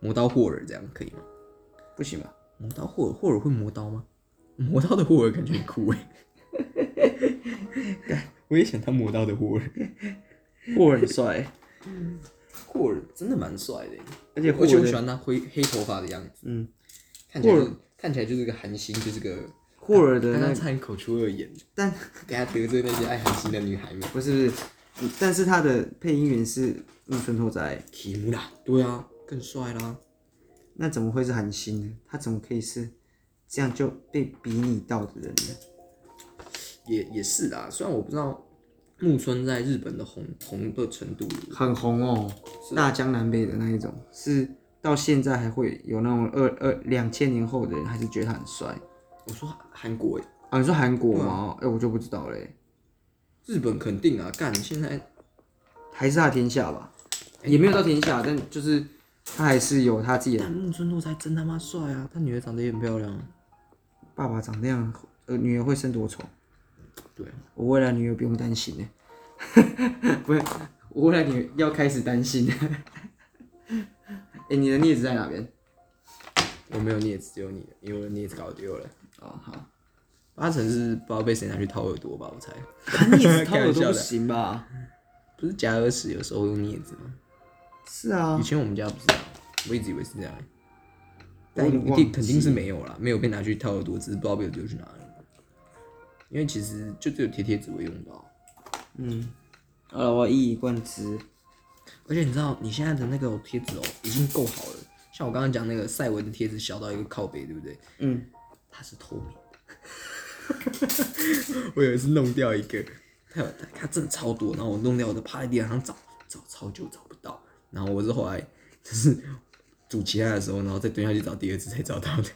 Speaker 2: 磨刀霍尔这样可以吗？
Speaker 1: 不行吧？
Speaker 2: 磨刀霍尔霍尔会磨刀吗？磨刀的霍尔感觉很酷 [laughs] 哎，干我也想当磨刀的霍尔，
Speaker 1: 霍尔很帅，
Speaker 2: 霍尔真的蛮帅的耶。欸
Speaker 1: 而且
Speaker 2: 我
Speaker 1: 霍
Speaker 2: 喜
Speaker 1: 尔的
Speaker 2: 欢他灰黑头发的样子，
Speaker 1: 嗯，
Speaker 2: 看起来就是看起来就是个韩星，就是个
Speaker 1: 霍尔的
Speaker 2: 刚
Speaker 1: 那
Speaker 2: 刚
Speaker 1: 个，
Speaker 2: 差点口出恶言，
Speaker 1: 但
Speaker 2: [laughs] 给他得罪那些爱韩星的女孩们。
Speaker 1: 不是不是，但是他的配音员是木村拓哉，
Speaker 2: 提姆啦，对啊，更帅啦，
Speaker 1: 那怎么会是韩星呢？他怎么可以是这样就被比拟到的人呢？
Speaker 2: 也也是啦。虽然我不知道木村在日本的红红的程度，
Speaker 1: 很红哦，大江南北的那一种，是到现在还会有那种二二两千年后的人还是觉得他很帅
Speaker 2: 我说韩国耶、
Speaker 1: 啊？你说韩国吗？哎、我就不知道嘞，
Speaker 2: 日本肯定啊，干现在
Speaker 1: 还是他天下吧，也没有到天下，但就是他还是有他自己的
Speaker 2: 但木村拓哉真他妈帅啊，他女儿长得也很漂亮啊。
Speaker 1: 爸爸长那样，呃，女儿会生多丑？
Speaker 2: 对啊，
Speaker 1: 我未来女儿不用担心 [laughs] 呢，不是，我未来女儿要开始担心了。哎、你的镊子在哪边？
Speaker 2: 我没有镊子，只有你的，因为我的镊子搞丢了，
Speaker 1: 哦，好，
Speaker 2: 八成是不知道被谁拿去掏耳朵吧，我猜。
Speaker 1: 镊子掏
Speaker 2: 开
Speaker 1: 耳
Speaker 2: 玩
Speaker 1: 朵
Speaker 2: 笑
Speaker 1: 不
Speaker 2: 的
Speaker 1: 行吧？
Speaker 2: 不是夹耳屎有时候用镊子吗？
Speaker 1: 是啊
Speaker 2: 以，前我们家不是啊，我一直以为是这样欸。但
Speaker 1: 我也
Speaker 2: 一
Speaker 1: 忘记
Speaker 2: 定肯定是没有啦，没有被拿去掏耳朵，只是不知道被丢去哪里。因为其实就只有贴贴纸会用到，啊
Speaker 1: 呃，我一以贯之。
Speaker 2: 而且你知道你现在的那个贴纸哦，已经够好了。像我刚刚讲那个赛文的贴纸小到一个靠背，对不对？
Speaker 1: 嗯，
Speaker 2: 它是透明的。 [laughs] 我有一次弄掉一个，它有它它真的超多，然后我弄掉我的趴在地板上找找超久找不到，然后我是后来就是煮其他的时候，然后再蹲下去找第二次才找到
Speaker 1: [laughs]
Speaker 2: 的。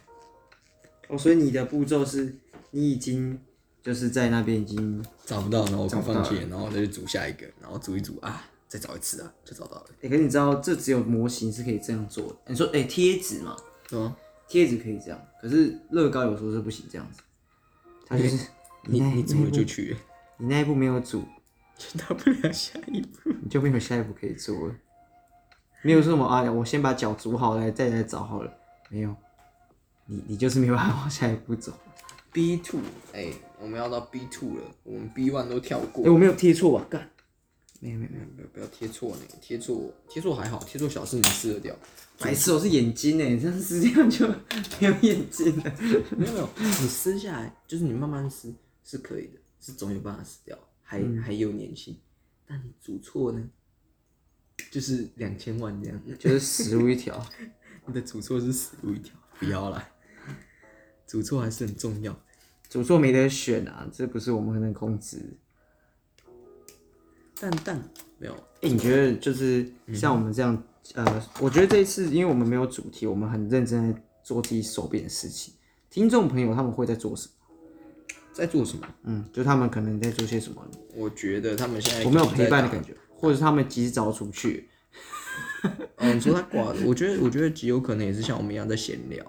Speaker 1: 哦，所以你的步骤是，你已经就是在那边已经，
Speaker 2: 找不到，然后我快
Speaker 1: 不到
Speaker 2: 放弃了，然后再去煮下一个，然后煮一煮啊，再找一次啊，就找到了，
Speaker 1: 哎、可是你知道这只有模型是可以这样做的。你说，哎、贴纸嘛，
Speaker 2: 对吗？
Speaker 1: 贴纸可以这样，可是乐高有时候是不行这样子，它就是
Speaker 2: 你
Speaker 1: 那
Speaker 2: 你
Speaker 1: 那
Speaker 2: 煮
Speaker 1: 一
Speaker 2: 了
Speaker 1: 步
Speaker 2: 就去了， [laughs]
Speaker 1: 你那一步没有组，
Speaker 2: 就到不了下一步。
Speaker 1: 你就没有下一步可以做了。没有说什么啊，我先把脚组好了再来找好了，没有，你你就是没办法往下一步走。
Speaker 2: B two，哎、我们要到 B two 了，我们 B one 都跳过嗯
Speaker 1: 哎、我没有贴错吧？干，没有没有没有，
Speaker 2: 不要不要贴错呢，贴错贴错还好，贴错小事能撕得掉。
Speaker 1: 白痴，我是眼睛哎，这样撕掉就没有眼睛了。
Speaker 2: 没有没有，你撕下来就是你慢慢撕是可以的，是总有办法撕掉，还、
Speaker 1: 嗯
Speaker 2: 还有粘性。但你煮错呢，就是两千万这样。
Speaker 1: 就是食物一条。
Speaker 2: 你的煮错是死路一条，不要啦，煮错还是很重要。
Speaker 1: 主做没得选啊，这不是我们能控制。
Speaker 2: 但但没有，
Speaker 1: 哎、你觉得就是像我们这样，呃，我觉得这一次因为我们没有主题，我们很认真在做自己手边的事情。听众朋友他们会在做什么？
Speaker 2: 在做什么？
Speaker 1: 嗯，就他们可能在做些什么？
Speaker 2: 我觉得他们现在
Speaker 1: 哎我没有
Speaker 2: 可能在
Speaker 1: 陪伴的
Speaker 2: 打
Speaker 1: 感觉，或者是他们及早出去。
Speaker 2: 嗯，你说他挂的，我觉得我觉得极有可能也是像我们一样在闲聊，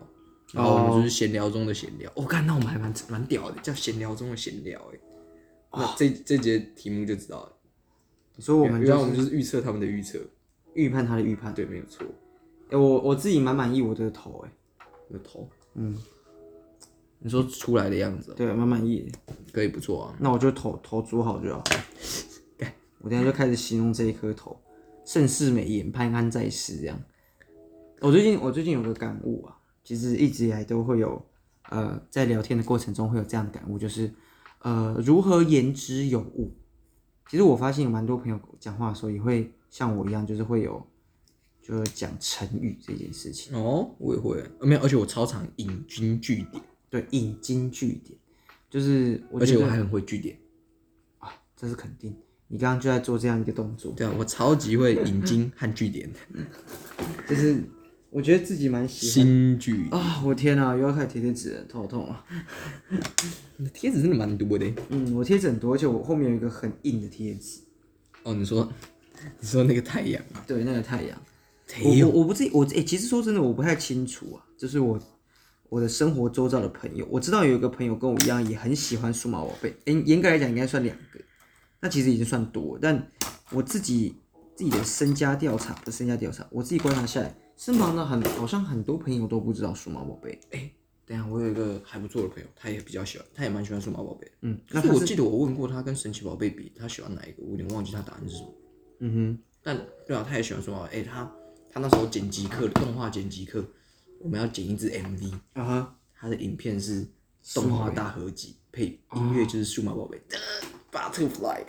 Speaker 2: 然后我们
Speaker 1: 哦
Speaker 2: 就是闲聊中的闲聊。我、看、那我们还蛮蛮屌的，叫闲聊中的闲聊哎、那这这节题目就知道了，
Speaker 1: 你说哦我们
Speaker 2: 原来
Speaker 1: 就
Speaker 2: 我们
Speaker 1: 是
Speaker 2: 就是预测他们的预测，
Speaker 1: 预判他的预判。
Speaker 2: 对，没有错。
Speaker 1: 哎、我我自己蛮满意我的头、哎，
Speaker 2: 我的头，嗯，你说出来的样子哦、
Speaker 1: 对，蛮满意的。
Speaker 2: 可以不错啊。
Speaker 1: 那我就头头煮好就好。我等一下就开始形容这一颗头，盛世美颜，潘安在世这样。我最近我最近有个感悟啊，其实一直以来都会有，呃，在聊天的过程中会有这样的感悟，就是呃，如何言之有物。其实我发现有蛮多朋友讲话的时候也会像我一样，就是会有，就是讲成语这件事情，
Speaker 2: 哦，我也会，呃没有，而且我超常引经据典，
Speaker 1: 对，引经据典，就是我
Speaker 2: 而
Speaker 1: 觉
Speaker 2: 且
Speaker 1: 得
Speaker 2: 我还很会据典。
Speaker 1: 这是肯定。你刚刚就在做这样一个动作，
Speaker 2: 对啊，我超级会引经和据典，
Speaker 1: 就是我觉得自己蛮 [laughs] 喜欢
Speaker 2: 新据典。
Speaker 1: 啊、我天啊，又要开始贴贴纸了，头痛啊。
Speaker 2: 贴纸真的蛮多的。
Speaker 1: 嗯，我贴纸很多，而且我后面有一个很硬的贴纸，
Speaker 2: 哦，你说，你说那个太阳啊？
Speaker 1: 对，那个太阳。
Speaker 2: 没
Speaker 1: 我
Speaker 2: 有，
Speaker 1: 我我不自己我哎、其实说真的，我不太清楚啊，就是我我的生活周遭的朋友，我知道有一个朋友跟我一样也很喜欢数码宝贝，严严格来讲应该算两个，那其实已经算多了，但我自己自己的身家调查不是身家调查，我自己观察下来，身旁的很好像很多朋友都不知道数码宝贝，
Speaker 2: 等一下我有一个还不错的朋友，他也比较喜欢，他也蛮喜欢数码宝贝。
Speaker 1: 嗯，那
Speaker 2: 可
Speaker 1: 他
Speaker 2: 是我
Speaker 1: 是
Speaker 2: 记得我问过他跟神奇宝贝比，他喜欢哪一个？我有点忘记他答案是什么。
Speaker 1: 嗯
Speaker 2: 但对啊，他也喜欢数码宝贝。哎、他他那时候剪辑课，动画剪辑课，我们要剪一支 MV，
Speaker 1: 哼啊哈，
Speaker 2: 他的影片是动画大合集，配音
Speaker 1: 哦
Speaker 2: 乐就是数码宝贝。Butterfly，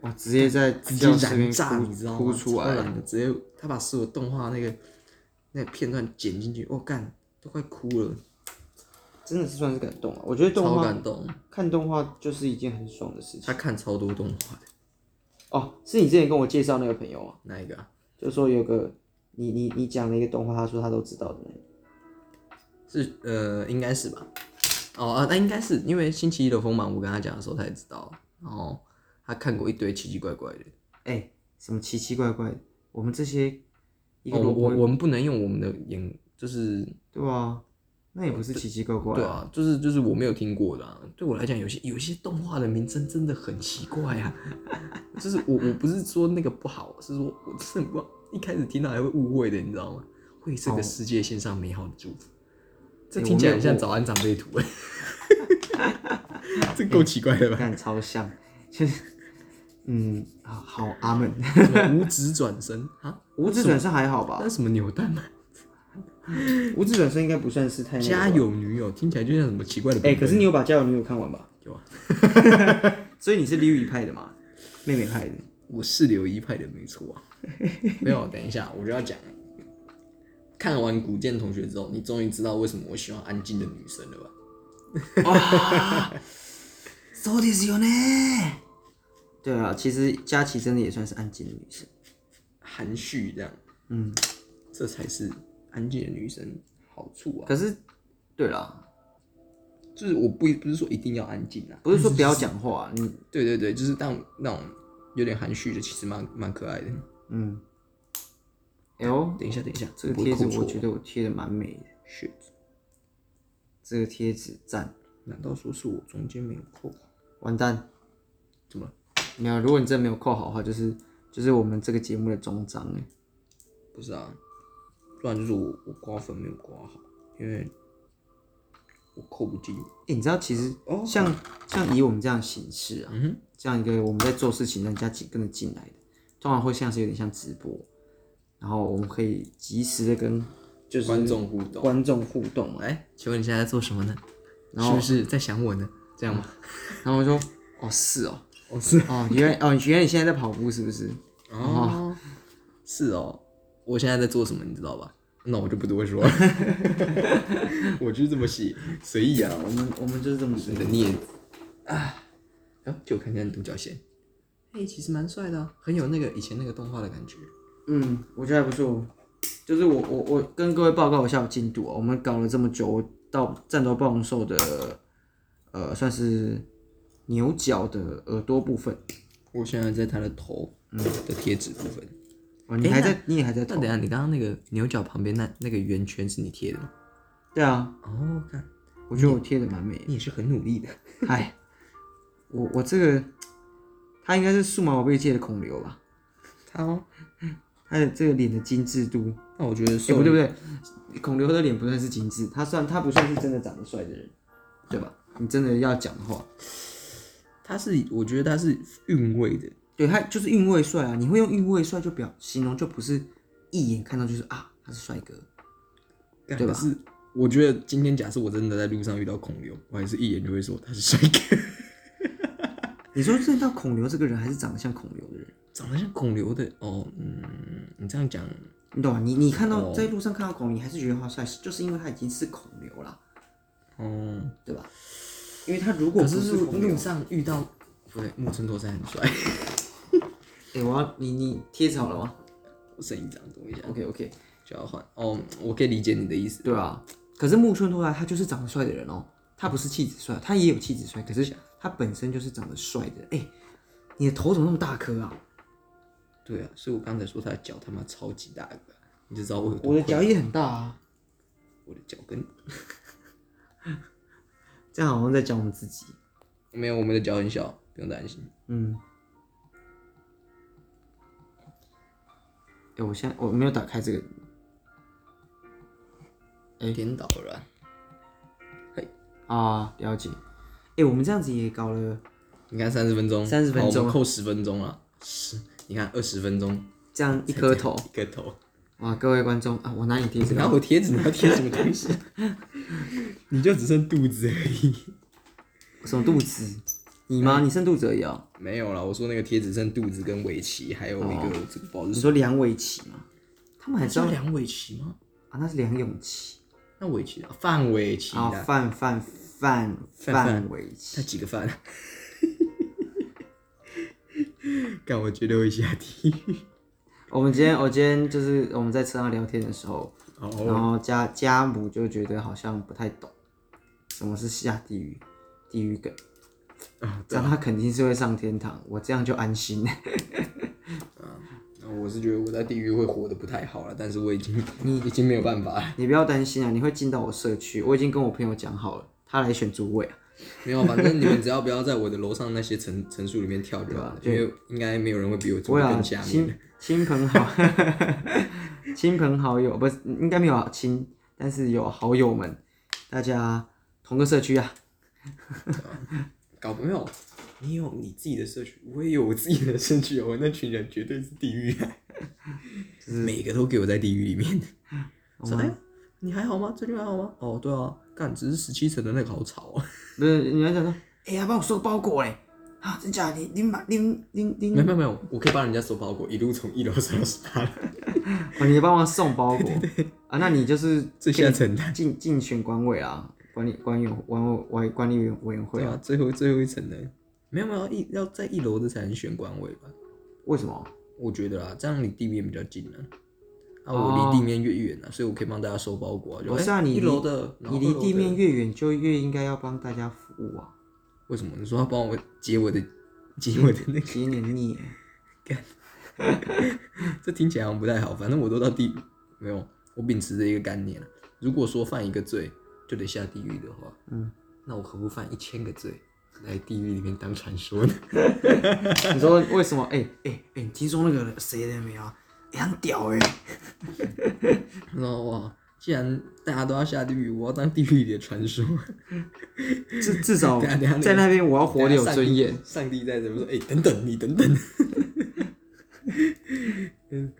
Speaker 1: 我直接在
Speaker 2: 直接
Speaker 1: 教室里
Speaker 2: 燃
Speaker 1: 面
Speaker 2: 炸，
Speaker 1: 哭
Speaker 2: 你知道吗？
Speaker 1: 哭出来
Speaker 2: 超燃
Speaker 1: 了，
Speaker 2: 的直接他把所有动画那个那个片段剪进去，我、干，都快哭了，
Speaker 1: 真的是算是感动啊，我觉得动
Speaker 2: 超
Speaker 1: 画
Speaker 2: 感动。
Speaker 1: 看动画就是一件很爽的事情。
Speaker 2: 他看超多动画的，
Speaker 1: 哦，是你之前跟我介绍那个朋友啊，
Speaker 2: 哪一个啊？
Speaker 1: 就说有个你你你讲了一个动画，他说他都知道的那个。
Speaker 2: 是呃，应该是吧？哦啊，那应该是因为星期一的丰满，我跟他讲的时候他也知道，然后他看过一堆奇奇怪怪的。
Speaker 1: 哎、什么奇奇怪怪的，我们这些一个
Speaker 2: 哦，
Speaker 1: 萝
Speaker 2: 我
Speaker 1: 卜、
Speaker 2: 我我们不能用我们的眼，就是
Speaker 1: 对啊，那也不是奇奇怪怪、
Speaker 2: 对，啊，就是就是我没有听过的、啊。对我来讲，有些有些动画的名称真的很奇怪啊。 [laughs] 就是我我不是说那个不好，是说我真的不知道一开始听到还会误会的，你知道吗？为这个
Speaker 1: 哦
Speaker 2: 世界献上美好的祝福，这
Speaker 1: 哎
Speaker 2: 听
Speaker 1: 我
Speaker 2: 起来
Speaker 1: 没
Speaker 2: 很
Speaker 1: 有
Speaker 2: 像
Speaker 1: 我
Speaker 2: 早安长
Speaker 1: [laughs]
Speaker 2: 辈图，哎这够奇怪了吧？
Speaker 1: 看超像，就是嗯，啊好阿 [laughs] 门。
Speaker 2: 什么五指转身啊？
Speaker 1: 五指转身还好吧
Speaker 2: 那？什么扭蛋吗？
Speaker 1: 五指转身应该不算是太那个吧
Speaker 2: 家。有女友听起来就像什么奇怪的本
Speaker 1: 哎、
Speaker 2: 本。
Speaker 1: 啊可是你有把《家有女友》看完吧？
Speaker 2: 有啊，
Speaker 1: 所以你是刘宇派的嘛？妹妹派的。
Speaker 2: 我是刘一派的没错啊。 [laughs] 没有，等一下我就要讲了。看完古剑同学之后，你终于知道为什么我喜欢安静的女生了吧？
Speaker 1: 啊，そうですよね。对啊，其实佳琪真的也算是安静的女生。
Speaker 2: 含蓄这样，
Speaker 1: 嗯，
Speaker 2: 这才是安静的女生好处啊。
Speaker 1: 可是，对啦，
Speaker 2: 就是我不不是说一定要安静啊，
Speaker 1: 不嗯是说不要讲话，啊你
Speaker 2: 对对对，就是那种那种有点含蓄的，其实蛮蛮可爱的。
Speaker 1: 嗯，哎呦，
Speaker 2: 等一下，等一下，
Speaker 1: 这个
Speaker 2: 不会
Speaker 1: 贴纸
Speaker 2: 扣错哦
Speaker 1: 我觉得我贴的蛮美的，
Speaker 2: shit，
Speaker 1: 这个贴纸赞，
Speaker 2: 难道说是我中间没有扣？
Speaker 1: 完蛋，
Speaker 2: 怎么了？
Speaker 1: 没有，如果你真的没有扣好的话，就是就是我们这个节目的终章哎。
Speaker 2: 不是啊，不然就是我我刮粉没有刮好，因为我扣不进。
Speaker 1: 哎你知道其实
Speaker 2: 哦
Speaker 1: 像像以我们这样的形式啊，
Speaker 2: 嗯
Speaker 1: 这样一个我们在做事情，人家紧跟着进来的，通常会像是有点像直播，然后我们可以及时的跟就是
Speaker 2: 观众互动
Speaker 1: 观众互动嘛。
Speaker 2: 哎、请问你现在在做什么呢？
Speaker 1: 然后
Speaker 2: 是不是在想我呢？这样吗？
Speaker 1: 然后我说，哦是哦，
Speaker 2: [laughs] 哦，是
Speaker 1: 哦原来哦原来你现在在跑步是不是？
Speaker 2: 哦，是哦，我现在在做什么，你知道吧？那我就不多说了， [laughs] 我就是这么细随意啊。
Speaker 1: 我们我们就是这么说
Speaker 2: 你的镊子啊，啊，就我看见独角仙，哎、其实蛮帅的啊、很有那个以前那个动画的感觉。
Speaker 1: 嗯，我觉得还不错。就是我我我跟各位报告一下我进度啊，我们搞了这么久，我到战斗暴龙兽的呃算是牛角的耳朵部分。
Speaker 2: 我现在在他的头的贴纸部分。
Speaker 1: 哦，你
Speaker 2: 哎
Speaker 1: 还
Speaker 2: 那
Speaker 1: 在，你也还在
Speaker 2: 嗯那
Speaker 1: 投
Speaker 2: 等一？下，你刚刚那个牛角旁边那那个圆圈是你贴的吗？
Speaker 1: 对啊，
Speaker 2: 哦，看
Speaker 1: 我觉得我贴的蛮美的。
Speaker 2: 你也是很努力的。
Speaker 1: 嗨，我我这个，他应该是数码宝贝界的孔刘吧？
Speaker 2: 他哦，
Speaker 1: 他的这个脸的精致度，
Speaker 2: 那我觉得
Speaker 1: 哎、
Speaker 2: 瘦
Speaker 1: 不对不对，孔刘的脸不算是精致，他算他不算是真的长得帅的人，对吧？你真的要讲的话，
Speaker 2: 他是我觉得他是韵味的，
Speaker 1: 对他就是韵味帅啊，你会用韵味帅就表形容，就不是一眼看到就是啊他是帅哥，
Speaker 2: 对吧？是我觉得今天假设我真的在路上遇到孔刘，我还是一眼就会说他是帅哥， [laughs]
Speaker 1: 你说这到孔刘这个人还是长得像孔刘的人，
Speaker 2: 长得像孔刘的哦。嗯，你这样讲，
Speaker 1: 你懂吗？你你看到
Speaker 2: 哦
Speaker 1: 在路上看到孔刘，你还是觉得他帅，就是因为他已经是孔刘啦，
Speaker 2: 哦，
Speaker 1: 对吧？因为他如果
Speaker 2: 可
Speaker 1: 不
Speaker 2: 是
Speaker 1: 是
Speaker 2: 路
Speaker 1: 孔刘
Speaker 2: 路，上遇到不对，木村拓哉很帅。
Speaker 1: 哎、我要你你贴纸好了吗
Speaker 2: [laughs] 我剩一张，等我一下
Speaker 1: ？OK OK，
Speaker 2: 就要换。哦，我可以理解你的意思。
Speaker 1: 对啊。可是木村拓哉他就是长得帅的人哦，他不是气质帅，他也有气质帅，可是啊他本身就是长得帅的。哎、你的头怎么那么大颗啊？
Speaker 2: 对啊，所以我刚才说他的脚他妈超级大个，你就知道我有多
Speaker 1: 我的
Speaker 2: 困
Speaker 1: 脚也很大啊。
Speaker 2: 我的脚跟
Speaker 1: 这样好像在讲我们自己。
Speaker 2: 没有我们的脚很小，不用担心。
Speaker 1: 嗯。哎、我现在我没有打开这个，
Speaker 2: 哎，颠倒了啊，
Speaker 1: 啊，了解。哎、我们这样子也搞了，
Speaker 2: 你看三十分钟，
Speaker 1: 30分钟
Speaker 2: 好我们扣十分钟了，十，你看二十分钟，
Speaker 1: 这样一颗头，
Speaker 2: 一个头。
Speaker 1: 哇！各位观众啊，我拿你
Speaker 2: [laughs]
Speaker 1: 贴纸
Speaker 2: 然
Speaker 1: 了。
Speaker 2: 后我贴纸，你要贴什么东西？ [laughs] 你就只剩肚子而已。
Speaker 1: 什么肚子？你
Speaker 2: 哎
Speaker 1: 吗？你剩肚子而已哦。
Speaker 2: 没有啦，我说那个贴纸剩肚子跟尾鳍，还有一个这个不好意
Speaker 1: 你
Speaker 2: 思，
Speaker 1: 说梁咏琪吗？他哦们还知道
Speaker 2: 叫
Speaker 1: 啊，
Speaker 2: 梁尾鳍吗？
Speaker 1: 那是梁咏琪
Speaker 2: 那尾鳍啊，范尾鳍
Speaker 1: 啊，
Speaker 2: 啊，
Speaker 1: 范范范范玮琪。
Speaker 2: 他几个范？ [laughs] 干，我觉得会下地狱。
Speaker 1: 我们今天，我今天就是我们在车上聊天的时候，
Speaker 2: 哦，
Speaker 1: 然后家家母就觉得好像不太懂什么是下地狱，地狱梗，
Speaker 2: 啊，
Speaker 1: 这样他肯定是会上天堂，我这样就安心。
Speaker 2: 那我是觉得我在地狱会活得不太好了，但是我已经 [laughs] 已经没有办法
Speaker 1: [laughs]
Speaker 2: 了。
Speaker 1: 你不要担心啊，你会进到我社区，我已经跟我朋友讲好了，他来选主委啊。
Speaker 2: 没有，反正你们只要不要在我的楼上那些层层数里面跳就好了，因为应该没有人会比我
Speaker 1: 不
Speaker 2: 做
Speaker 1: 会
Speaker 2: 的
Speaker 1: 啊，
Speaker 2: 更下面
Speaker 1: 亲。亲朋好， [laughs] 亲朋好友不是应该没有啊亲，但是有好友们，大家同个社区啊。
Speaker 2: 搞没有，你有你自己的社区，我也有我自己的社区，我那群人绝对是地狱、啊，每个都给我在地狱里面。说哎，你还好吗？最近还好吗？哦，对啊，干，只是十七层的那个好吵啊。
Speaker 1: 不是，你要讲说，哎、呀，帮我收个包裹嘞。啊，真假的？你你买你你你，
Speaker 2: 没有没有没有，我可以帮人家收包裹，一路从一楼收到十八楼，
Speaker 1: [laughs]
Speaker 2: [laughs]
Speaker 1: 哦你帮忙送包 [laughs] 裹啊？那你就是
Speaker 2: 最下层的。
Speaker 1: 竞竞选管委啊，管理管理管委管管理委委员会
Speaker 2: 对
Speaker 1: 啊？
Speaker 2: 啊，最后最后一层呢？没有没有，一要在一楼的才能选官位吧？
Speaker 1: 为什么？
Speaker 2: 我觉得啊，这样离地面比较近啊。啊，我离地面越远啊，所以我可以帮大家收包裹啊。就
Speaker 1: 不
Speaker 2: 哎
Speaker 1: 是啊，你
Speaker 2: 一
Speaker 1: 离
Speaker 2: 楼的，然后
Speaker 1: 你
Speaker 2: 二
Speaker 1: 离
Speaker 2: 楼
Speaker 1: 地
Speaker 2: 的
Speaker 1: 面越远，就越应该要帮大家服务啊。
Speaker 2: 为什么？你说要帮我解我的 [laughs] 解我的那个？ [laughs]
Speaker 1: 其实你腻耶。
Speaker 2: 这听起来好像不太好。反正我都到地没有，我秉持着一个概念啊，如果说犯一个罪就得下地狱的话，
Speaker 1: 嗯，
Speaker 2: 那我何不犯一千个罪，来地狱里面当传说呢？
Speaker 1: 你说为什么？哎哎哎，你听说那个谁的没有啊？哎、很屌哎、
Speaker 2: 然后哇，既然大家都要下地狱，我要当地狱里的
Speaker 1: [laughs]
Speaker 2: 传说。
Speaker 1: 至至少
Speaker 2: [laughs] 等一下等一下
Speaker 1: 在那边我要活得有尊严。
Speaker 2: 上帝在怎么说？哎、等等你，等 [laughs] 等。嗯，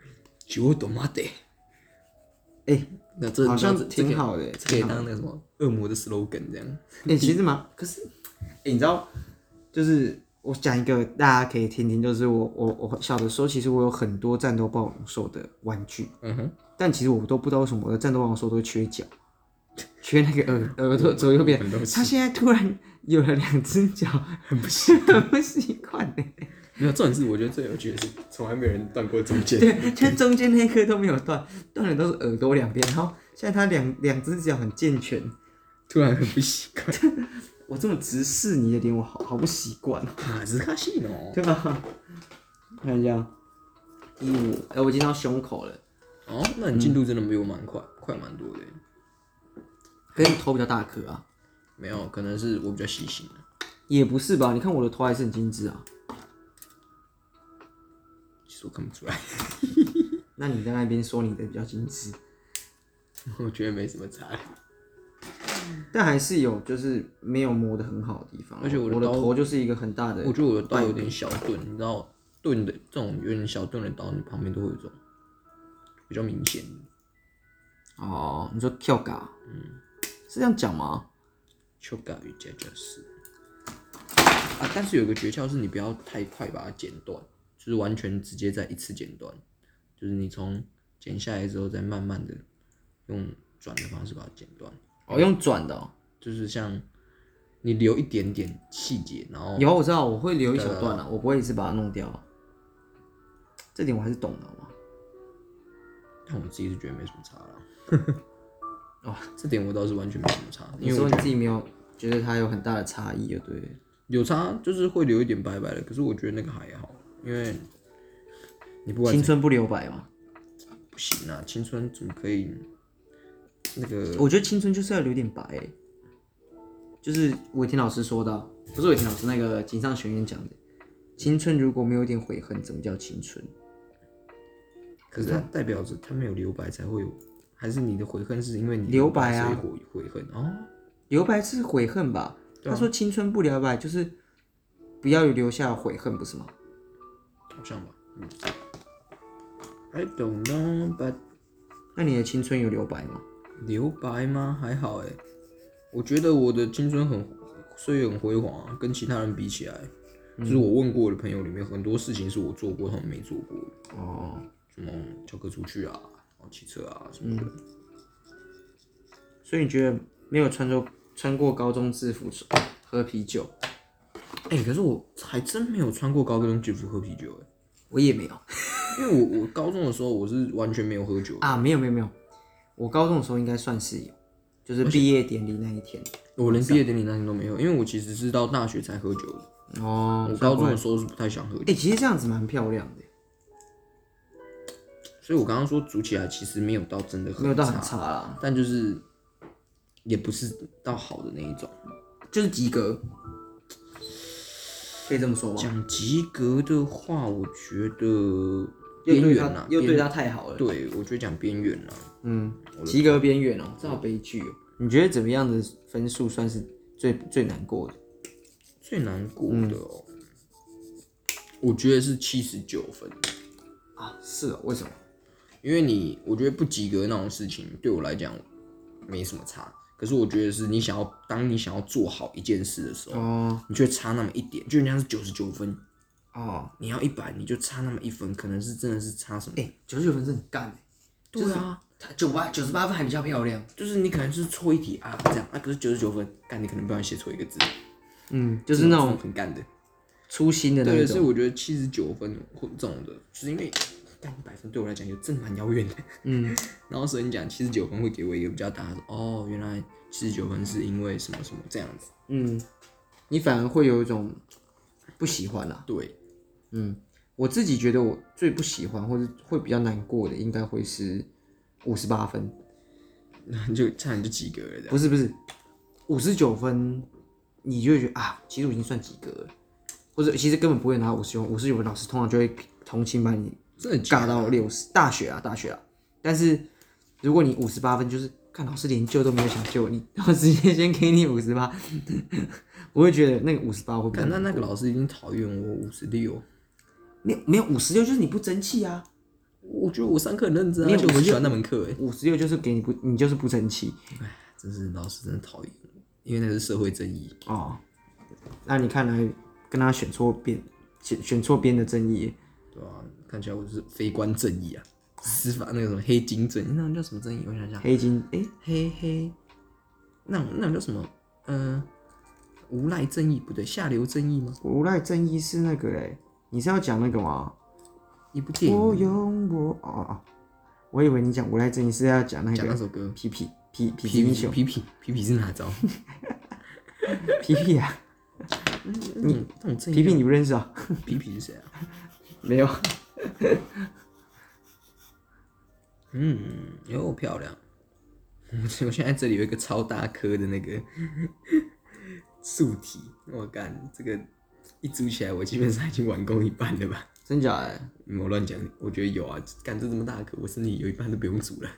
Speaker 2: 九多妈的，
Speaker 1: 哎、
Speaker 2: 那这
Speaker 1: 好像
Speaker 2: 这这可以
Speaker 1: 挺好的耶、
Speaker 2: 这可以
Speaker 1: 挺好的
Speaker 2: 当那个什么恶魔的 slogan 这样。
Speaker 1: 哎、其实蛮，可是，哎、你知道，就是我讲一个大家可以听听，就是我我我小的时候，其实我有很多战斗暴龙兽的玩具，
Speaker 2: 嗯哼，
Speaker 1: 但其实我都不知道为什么我的战斗暴龙兽都会缺角，缺那个耳耳朵左右边
Speaker 2: 我们都。是
Speaker 1: 它现在突然有了两只 [laughs]
Speaker 2: [laughs]
Speaker 1: 脚，很
Speaker 2: 不习
Speaker 1: 很不习惯欸呢、
Speaker 2: 没有，重点是我觉得最有趣的是，从来没有人断过中间。
Speaker 1: 对， [laughs] 就中间那一颗都没有断，断的都是耳朵两边，然后现在它两两只脚很健全。
Speaker 2: 突然很不习惯。
Speaker 1: 我这么直视你的脸，我好好不习惯哦，
Speaker 2: 卡兹卡西诺。
Speaker 1: 对吧？看一下，一五，哎，我已经到胸口了，
Speaker 2: 哦，那你进度真的比我蛮快，快蛮多的。
Speaker 1: 可是你头比较大颗啊，
Speaker 2: 没有，可能是我比较细心啊。
Speaker 1: 也不是吧？你看我的头还是很精致啊，
Speaker 2: 其实我看不出来， [laughs]
Speaker 1: 那你在那边说你的比较精致，
Speaker 2: 我觉得没什么差。
Speaker 1: 但还是有就是没有磨得很好的地方，
Speaker 2: 而且我的
Speaker 1: 我的
Speaker 2: 刀
Speaker 1: 头就是一个很大的，
Speaker 2: 我觉得我的刀有点小钝，你知道，钝的这种有点小钝的刀，你旁边都会有一种比较明显的。
Speaker 1: 哦，你说跳嘎，嗯，是这样讲吗？
Speaker 2: 丘嘎与加加斯啊，但是有个诀窍是你不要太快把它剪断，就是完全直接在一次剪断，就是你从剪下来之后再慢慢的用转的方式把它剪断，
Speaker 1: 哦，用转的、哦，
Speaker 2: 就是像你留一点点细节，然后
Speaker 1: 有我知道，我会留一小
Speaker 2: 啊
Speaker 1: 段了、啊我不会一次把它弄掉啊、这点我还是懂的好吗？
Speaker 2: 但我自己是觉得没什么差了。
Speaker 1: [laughs]
Speaker 2: 哦，这点我倒是完全没什么差，
Speaker 1: 你
Speaker 2: 因为
Speaker 1: 说
Speaker 2: 我
Speaker 1: 你自己没有觉得它有很大的差异，对了
Speaker 2: 有差就是会留一点白白的，可是我觉得那个还好，因为你不管
Speaker 1: 青春不留白嘛。
Speaker 2: 不行啊，青春怎么可以那个
Speaker 1: 我觉得青春就是要留点白、欸，就是伟田老师说的啊，不是伟田老师那个井上雄彦讲的，青春如果没有一点悔恨，怎么叫青春？
Speaker 2: 可是它代表着它没有留白才会有，还是你的悔恨是因为你
Speaker 1: 留白啊
Speaker 2: 所以悔悔恨哦。
Speaker 1: 留白是悔恨吧？
Speaker 2: 啊
Speaker 1: 他说青春不留白就是不要留下悔恨，不是吗？
Speaker 2: 好像吧，嗯。I don't know, but
Speaker 1: 那你的青春有留白吗？
Speaker 2: 留白吗？还好哎，我觉得我的青春很岁月很辉煌、啊，跟其他人比起来，就是
Speaker 1: 嗯
Speaker 2: 我问过的朋友里面很多事情是我做过，他们没做过的，
Speaker 1: 哦，
Speaker 2: 什么教科出去啊，然后骑车啊什么的。
Speaker 1: 嗯所以你觉得没有穿着穿过高中制服喝啤酒，
Speaker 2: 哎、可是我还真没有穿过高中制服喝啤酒哎。
Speaker 1: 我也没有
Speaker 2: 因为我我高中的时候我是完全没有喝酒的，
Speaker 1: 啊，没有没有没有，我高中的时候应该算是有，就是毕业典礼那一天。
Speaker 2: 我
Speaker 1: 啊
Speaker 2: 连毕业典礼那天都没有，因为我其实是到大学才喝酒的。
Speaker 1: 哦，
Speaker 2: 我高中的时候是不太想喝酒
Speaker 1: 哎、，其实这样子蛮漂亮的，
Speaker 2: 所以我刚刚说煮起来其实没有到真的
Speaker 1: 没有
Speaker 2: 很
Speaker 1: 到
Speaker 2: 差，
Speaker 1: 很差啦，
Speaker 2: 但就是也不是到好的那一种。
Speaker 1: 哦就是及格，可以这么说吗？
Speaker 2: 讲及格的话，我觉得
Speaker 1: 又
Speaker 2: 边
Speaker 1: 对
Speaker 2: 缘啦
Speaker 1: 他，又
Speaker 2: 边
Speaker 1: 对他太好了，
Speaker 2: 对，我觉得讲边缘啊啦。
Speaker 1: 嗯，及格边缘哦，这好悲剧哦。你觉得怎么样的分数算是最最难过的？
Speaker 2: 最难过
Speaker 1: 嗯
Speaker 2: 的哦，我觉得是七十九分，
Speaker 1: 啊，是哦，为什么？
Speaker 2: 因为你我觉得不及格那种事情对我来讲没什么差，可是我觉得是你想要当你想要做好一件事的时候，
Speaker 1: 哦
Speaker 2: 你却差那么一点，就人家是九十九分，
Speaker 1: 哦，
Speaker 2: 你要一百你就差那么一分，可能是真的是差什么？
Speaker 1: 哎，九十九分是很干哎，
Speaker 2: 对啊，
Speaker 1: 他九八九十八分还比较漂亮，
Speaker 2: 就是你可能是错一题啊这样，啊可是九十九分，干你可能不小心写错一个字，
Speaker 1: 嗯，就是那
Speaker 2: 这
Speaker 1: 种
Speaker 2: 很干的。
Speaker 1: 粗心的那
Speaker 2: 对，所以
Speaker 1: 种，
Speaker 2: 我觉得七十九分或这种的，就是因为干一百分对我来讲也真的蛮遥远的。
Speaker 1: 嗯，
Speaker 2: [laughs] 然后所以你讲七十九分会给我一个比较大的哦，原来七十九分是因为什么什么这样子。
Speaker 1: 嗯，你反而会有一种不喜欢啦、
Speaker 2: 对，
Speaker 1: 我自己觉得我最不喜欢或者会比较难过的，应该会是五十八分，
Speaker 2: 那你就差点就及格了这样。
Speaker 1: 不是不是，五十九分，你就会觉得啊，其实我已经算及格了，或者其实根本不会拿五十九，五十九分老师通常就会同情把你
Speaker 2: 真的假
Speaker 1: 尬到六十。大学啊大学啊，但是如果你五十八分，就是看老师连救都没有想救你，然后直接先给你五十八，我会觉得那个五十八会比较
Speaker 2: 干那那个老师已经讨厌我五十六，
Speaker 1: 没有没有五十六就是你不争气啊，
Speaker 2: 我觉得我上课很认真、啊，
Speaker 1: 你有
Speaker 2: 而且我很
Speaker 1: 56
Speaker 2: 喜欢那门课哎。
Speaker 1: 五十六就是给你不你就是不争气。
Speaker 2: 真是老师真的讨厌我，因为那是社会正义。
Speaker 1: 哦，那你看来跟他选错边，选选错边的正义，
Speaker 2: 对啊，看起来我就是非官正义啊，司法那个什么黑金正义，那种叫什么正义？我想想，
Speaker 1: 黑金哎、
Speaker 2: 黑黑，那种那种叫什么？嗯、无赖正义不对，下流正义吗？
Speaker 1: 无赖正义是那个哎，你是要讲那个吗？
Speaker 2: 一部电
Speaker 1: 我
Speaker 2: 影
Speaker 1: 用我哦哦哦，我以为你讲无赖正义是要讲那
Speaker 2: 讲那
Speaker 1: 个
Speaker 2: 首歌，
Speaker 1: 皮皮皮皮
Speaker 2: 皮
Speaker 1: 英
Speaker 2: 皮
Speaker 1: 雄
Speaker 2: 皮皮皮皮是哪招？
Speaker 1: 皮皮啊，
Speaker 2: 你那种正义
Speaker 1: 皮皮你不认识啊？
Speaker 2: 皮皮是谁啊？
Speaker 1: 没有，
Speaker 2: 嗯，哟漂亮！ [laughs] 我我现在这里有一个超大颗的那个 [laughs] 素体，我干这个一组起来，我基本上已经完工一半了吧？
Speaker 1: 真假哎？
Speaker 2: 嗯我乱讲，我觉得有啊，干这这么大颗，我身体有一半都不用煮了。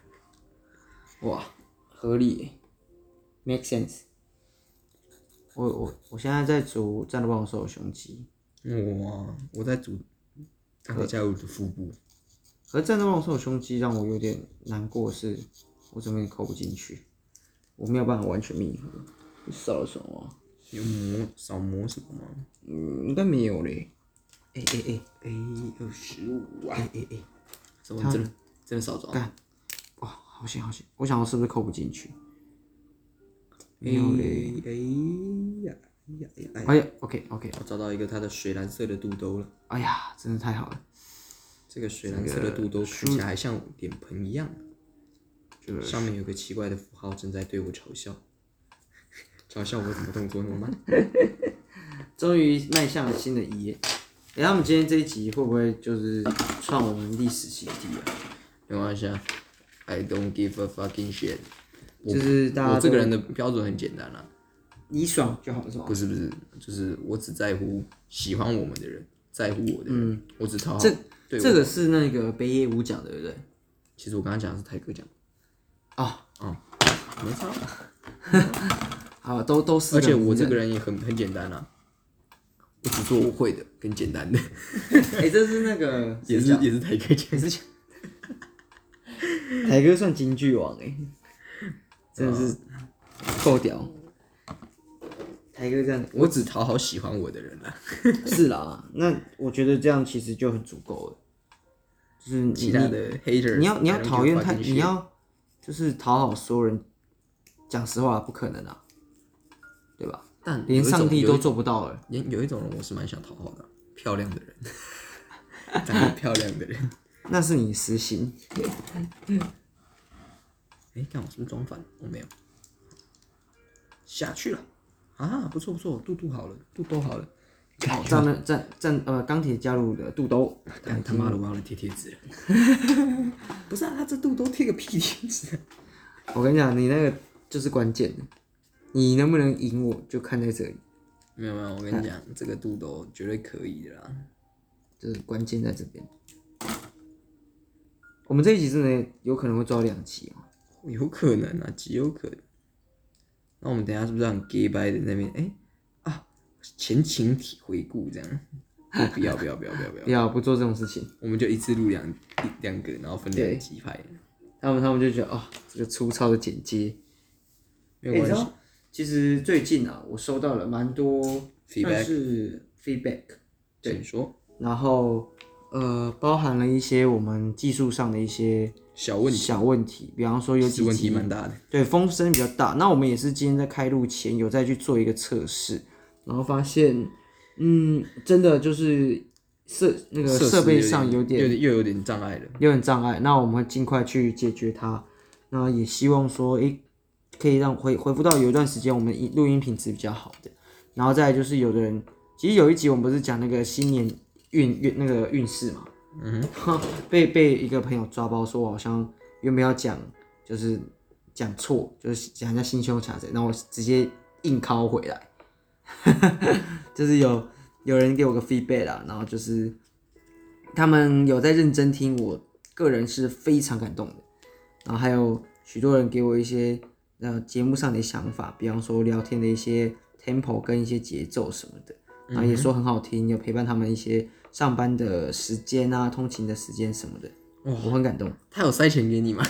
Speaker 1: 哇，合理欸，make sense。我我我现在在煮战斗暴龙手胸肌，
Speaker 2: 哇，我在煮，刚才加入的腹部，
Speaker 1: 可是战斗龙手胸肌让我有点难过的是，我怎么也扣不进去，我没有办法完全密合。你少了什么？
Speaker 2: 有磨少磨什么吗？
Speaker 1: 嗯，应该没有嘞。哎哎哎，
Speaker 2: 哎，二十五啊！哎哎哎，怎么真的啊真的少装？
Speaker 1: 干哇，好险好险！我想我是不是扣不进去？没有嘞。
Speaker 2: 哎呀，哎呀，哎呀，哎呀
Speaker 1: 哎呀，OK OK，
Speaker 2: 我找到一个它的水蓝色的肚兜了。
Speaker 1: 哎呀，真的太好了，
Speaker 2: 这个水蓝色的肚兜看起来还像脸盆一样，上面有个奇怪的符号正在对我嘲笑，嘲笑我怎么动作那么慢。
Speaker 1: 终于迈向了新的一页。哎、他们今天这一集会不会就是创我们历史习题啊？
Speaker 2: 没关系啊，I don't give a fucking shit。
Speaker 1: 就是大家
Speaker 2: 我这个
Speaker 1: 都
Speaker 2: 人的标准很简单啦、
Speaker 1: 你爽就好是吧
Speaker 2: 不？是不是，就是我只在乎喜欢我们的人，在乎我的人，我只讨好。哦对
Speaker 1: 嗯
Speaker 2: 我
Speaker 1: 这个是那个北野武讲的，对不对？
Speaker 2: 其实我刚刚讲的是泰哥讲的，
Speaker 1: 啊、
Speaker 2: 没错。
Speaker 1: 好，都都是。
Speaker 2: 而且我这个人也很很简单啦、我只做我会的跟
Speaker 1: [laughs]
Speaker 2: 简单的，
Speaker 1: 哎、这是那个
Speaker 2: [laughs] 也是也是泰哥讲的。
Speaker 1: 台哥算京剧王哎、
Speaker 2: [laughs]
Speaker 1: 哦真的是够屌。台哥这样
Speaker 2: 我只讨好喜欢我的人啊啦，
Speaker 1: 是啦，那我觉得这样其实就很足够了。就是你
Speaker 2: 其他的 hater
Speaker 1: 你要你要讨厌他，你要就是讨好所有人，讲实话不可能啊，对吧？
Speaker 2: 但
Speaker 1: 连上帝
Speaker 2: 有
Speaker 1: 都
Speaker 2: 一种
Speaker 1: 做不到了。
Speaker 2: 有一有一种人我是蛮想讨好的，漂亮的人， [laughs] 长得漂亮的人。
Speaker 1: 那是你私
Speaker 2: [laughs]
Speaker 1: 心，
Speaker 2: 哎，看我是不是装反？我没有下去了啊，不错不错，肚肚好了，肚兜好了。
Speaker 1: 好，战们战战呃钢铁加入的肚兜，
Speaker 2: 但他妈的，我要来贴贴纸了。 [laughs] 不是啊，他这肚兜贴个屁贴纸啊！
Speaker 1: 我跟你讲，你那个就是关键的，你能不能赢我就看在这里，
Speaker 2: 没有没有，我跟你讲，这个肚兜绝对可以的啦。
Speaker 1: 就是关键在这边。我们这一集真的有可能会做到两集啊，
Speaker 2: 有可能啊，极有可能。那我们等一下是不是很 gay 掰的那边？哎、啊，前情体回顾这样？不要不要不要不要不要
Speaker 1: 不！要不做这种事情。
Speaker 2: 我们就一次录两一两个，然后分
Speaker 1: 对
Speaker 2: 两集拍，
Speaker 1: 他们他们就觉得哦，这个粗糙的剪接。
Speaker 2: 没有
Speaker 1: 你知
Speaker 2: 关系。
Speaker 1: 道，其实最近啊，我收到了蛮多算是 feedback，
Speaker 2: 请说，
Speaker 1: 然后呃，包含了一些我们技术上的一些
Speaker 2: 小问题，
Speaker 1: 小问题，比方说有
Speaker 2: 其实
Speaker 1: 几
Speaker 2: 问题
Speaker 1: 集
Speaker 2: 蛮大的。
Speaker 1: 对风声比较大。那我们也是今天在开录前有再去做一个测试，然后发现，嗯，真的就是设那个
Speaker 2: 设施
Speaker 1: 设备上
Speaker 2: 有
Speaker 1: 有
Speaker 2: 点，有点又有点障碍了。
Speaker 1: 有点障碍，那我们会尽快去解决它。那也希望说，诶、可以让回回复到有一段时间我们音录音品质比较好的。然后再来就是有的人，其实有一集我们不是讲那个新年运运那个运势嘛，嗯哼， [laughs] 被被一个朋友抓包说我好像原本要讲就是讲错，就是讲人家心胸狭窄，然后我直接硬拷回来， [laughs] 就是有有人给我个 feedback 啦，然后就是他们有在认真听，我个人是非常感动的。然后还有许多人给我一些呃节目上的想法，比方说聊天的一些 tempo 跟一些节奏什么的，然后也说很好听，有陪伴他们一些上班的时间啊、通勤的时间什么的，我很感动。
Speaker 2: 他有塞钱给你吗？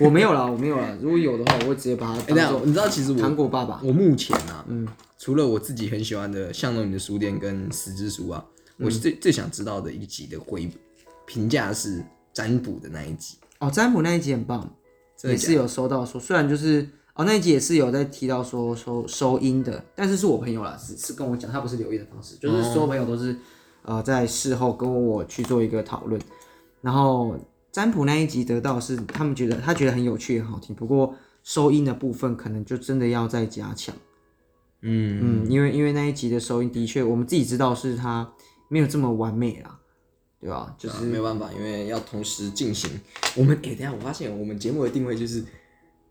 Speaker 1: 我没有啦，我没有啦，如果有的话，我会直接把它
Speaker 2: 哎、等一
Speaker 1: 当
Speaker 2: 下，
Speaker 1: 做
Speaker 2: 你知道其实我
Speaker 1: 糖果爸爸。
Speaker 2: 我目前啊，嗯，除了我自己很喜欢的《巷弄里的书店》跟《十之书》啊，我最、最想知道的一集的回评价是占卜的那一集，
Speaker 1: 哦，占卜那一集很棒，
Speaker 2: 真
Speaker 1: 也
Speaker 2: 的假
Speaker 1: 是有收到说，虽然就是哦那一集也是有在提到说收收音的，但是是我朋友啦，是是跟我讲，他不是留言的方式，
Speaker 2: 哦
Speaker 1: 就是所有朋友都是、呃在事后跟我去做一个讨论，然后占卜那一集得到是他们觉得他觉得很有趣很好听，不过收音的部分可能就真的要再加强。
Speaker 2: 嗯，
Speaker 1: 嗯，因为因为那一集的收音的确我们自己知道是它没有这么完美啦，对吧？就
Speaker 2: 就是是、啊没有办法，因为要同时进行。我们哎、等一下我发现我们节目的定位就是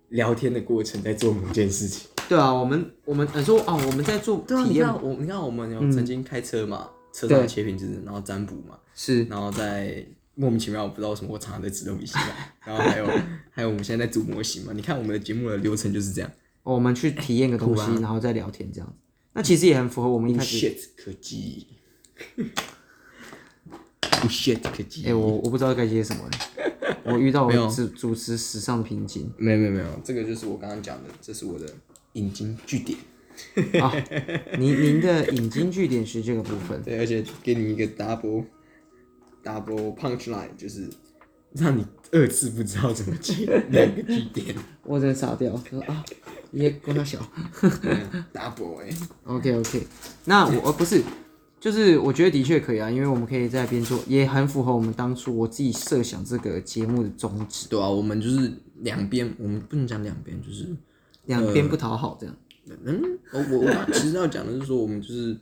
Speaker 2: 聊天的过程在做某件事情。
Speaker 1: 对啊，我们我们呃说哦我们在做体
Speaker 2: 啊你
Speaker 1: 验
Speaker 2: 看我，你看我们有嗯曾经开车嘛，车上的切片就是，然后占卜嘛，
Speaker 1: 是
Speaker 2: 然后再莫名其妙我不知道为什么我常常在吃东西 [laughs] 嘛，然后还有还有我们现在在组模型嘛，你看我们的节目的流程就是这样。
Speaker 1: 哦我们去体验个东
Speaker 2: 啊
Speaker 1: 西，然后再聊天这样子。那其实也很符合我们一开始。
Speaker 2: shit 科技 [laughs] 不 shit 科技。
Speaker 1: 哎、我我不知道该接
Speaker 2: [laughs]
Speaker 1: 什么了，我遇到
Speaker 2: 没有
Speaker 1: 我主主持史上的瓶颈
Speaker 2: 没有没有没有，这个就是我刚刚讲的，这是我的引经据典。
Speaker 1: 啊！您您的引经据典是这个部分，
Speaker 2: 对，而且给你一个 double double punch line，就是
Speaker 1: [laughs]
Speaker 2: 让你二次不知道怎么接两个据点。
Speaker 1: 我真的傻掉。说啊，也跟他小。
Speaker 2: double 哎、
Speaker 1: OK OK，那我呃不是，就是我觉得的确可以啊，因为我们可以在边做，也很符合我们当初我自己设想这个节目的宗旨，
Speaker 2: 对啊，我们就是两边，我们不能讲两边，就是
Speaker 1: 两边不讨好这样。
Speaker 2: 嗯，我我我其实要讲的是说，我们就是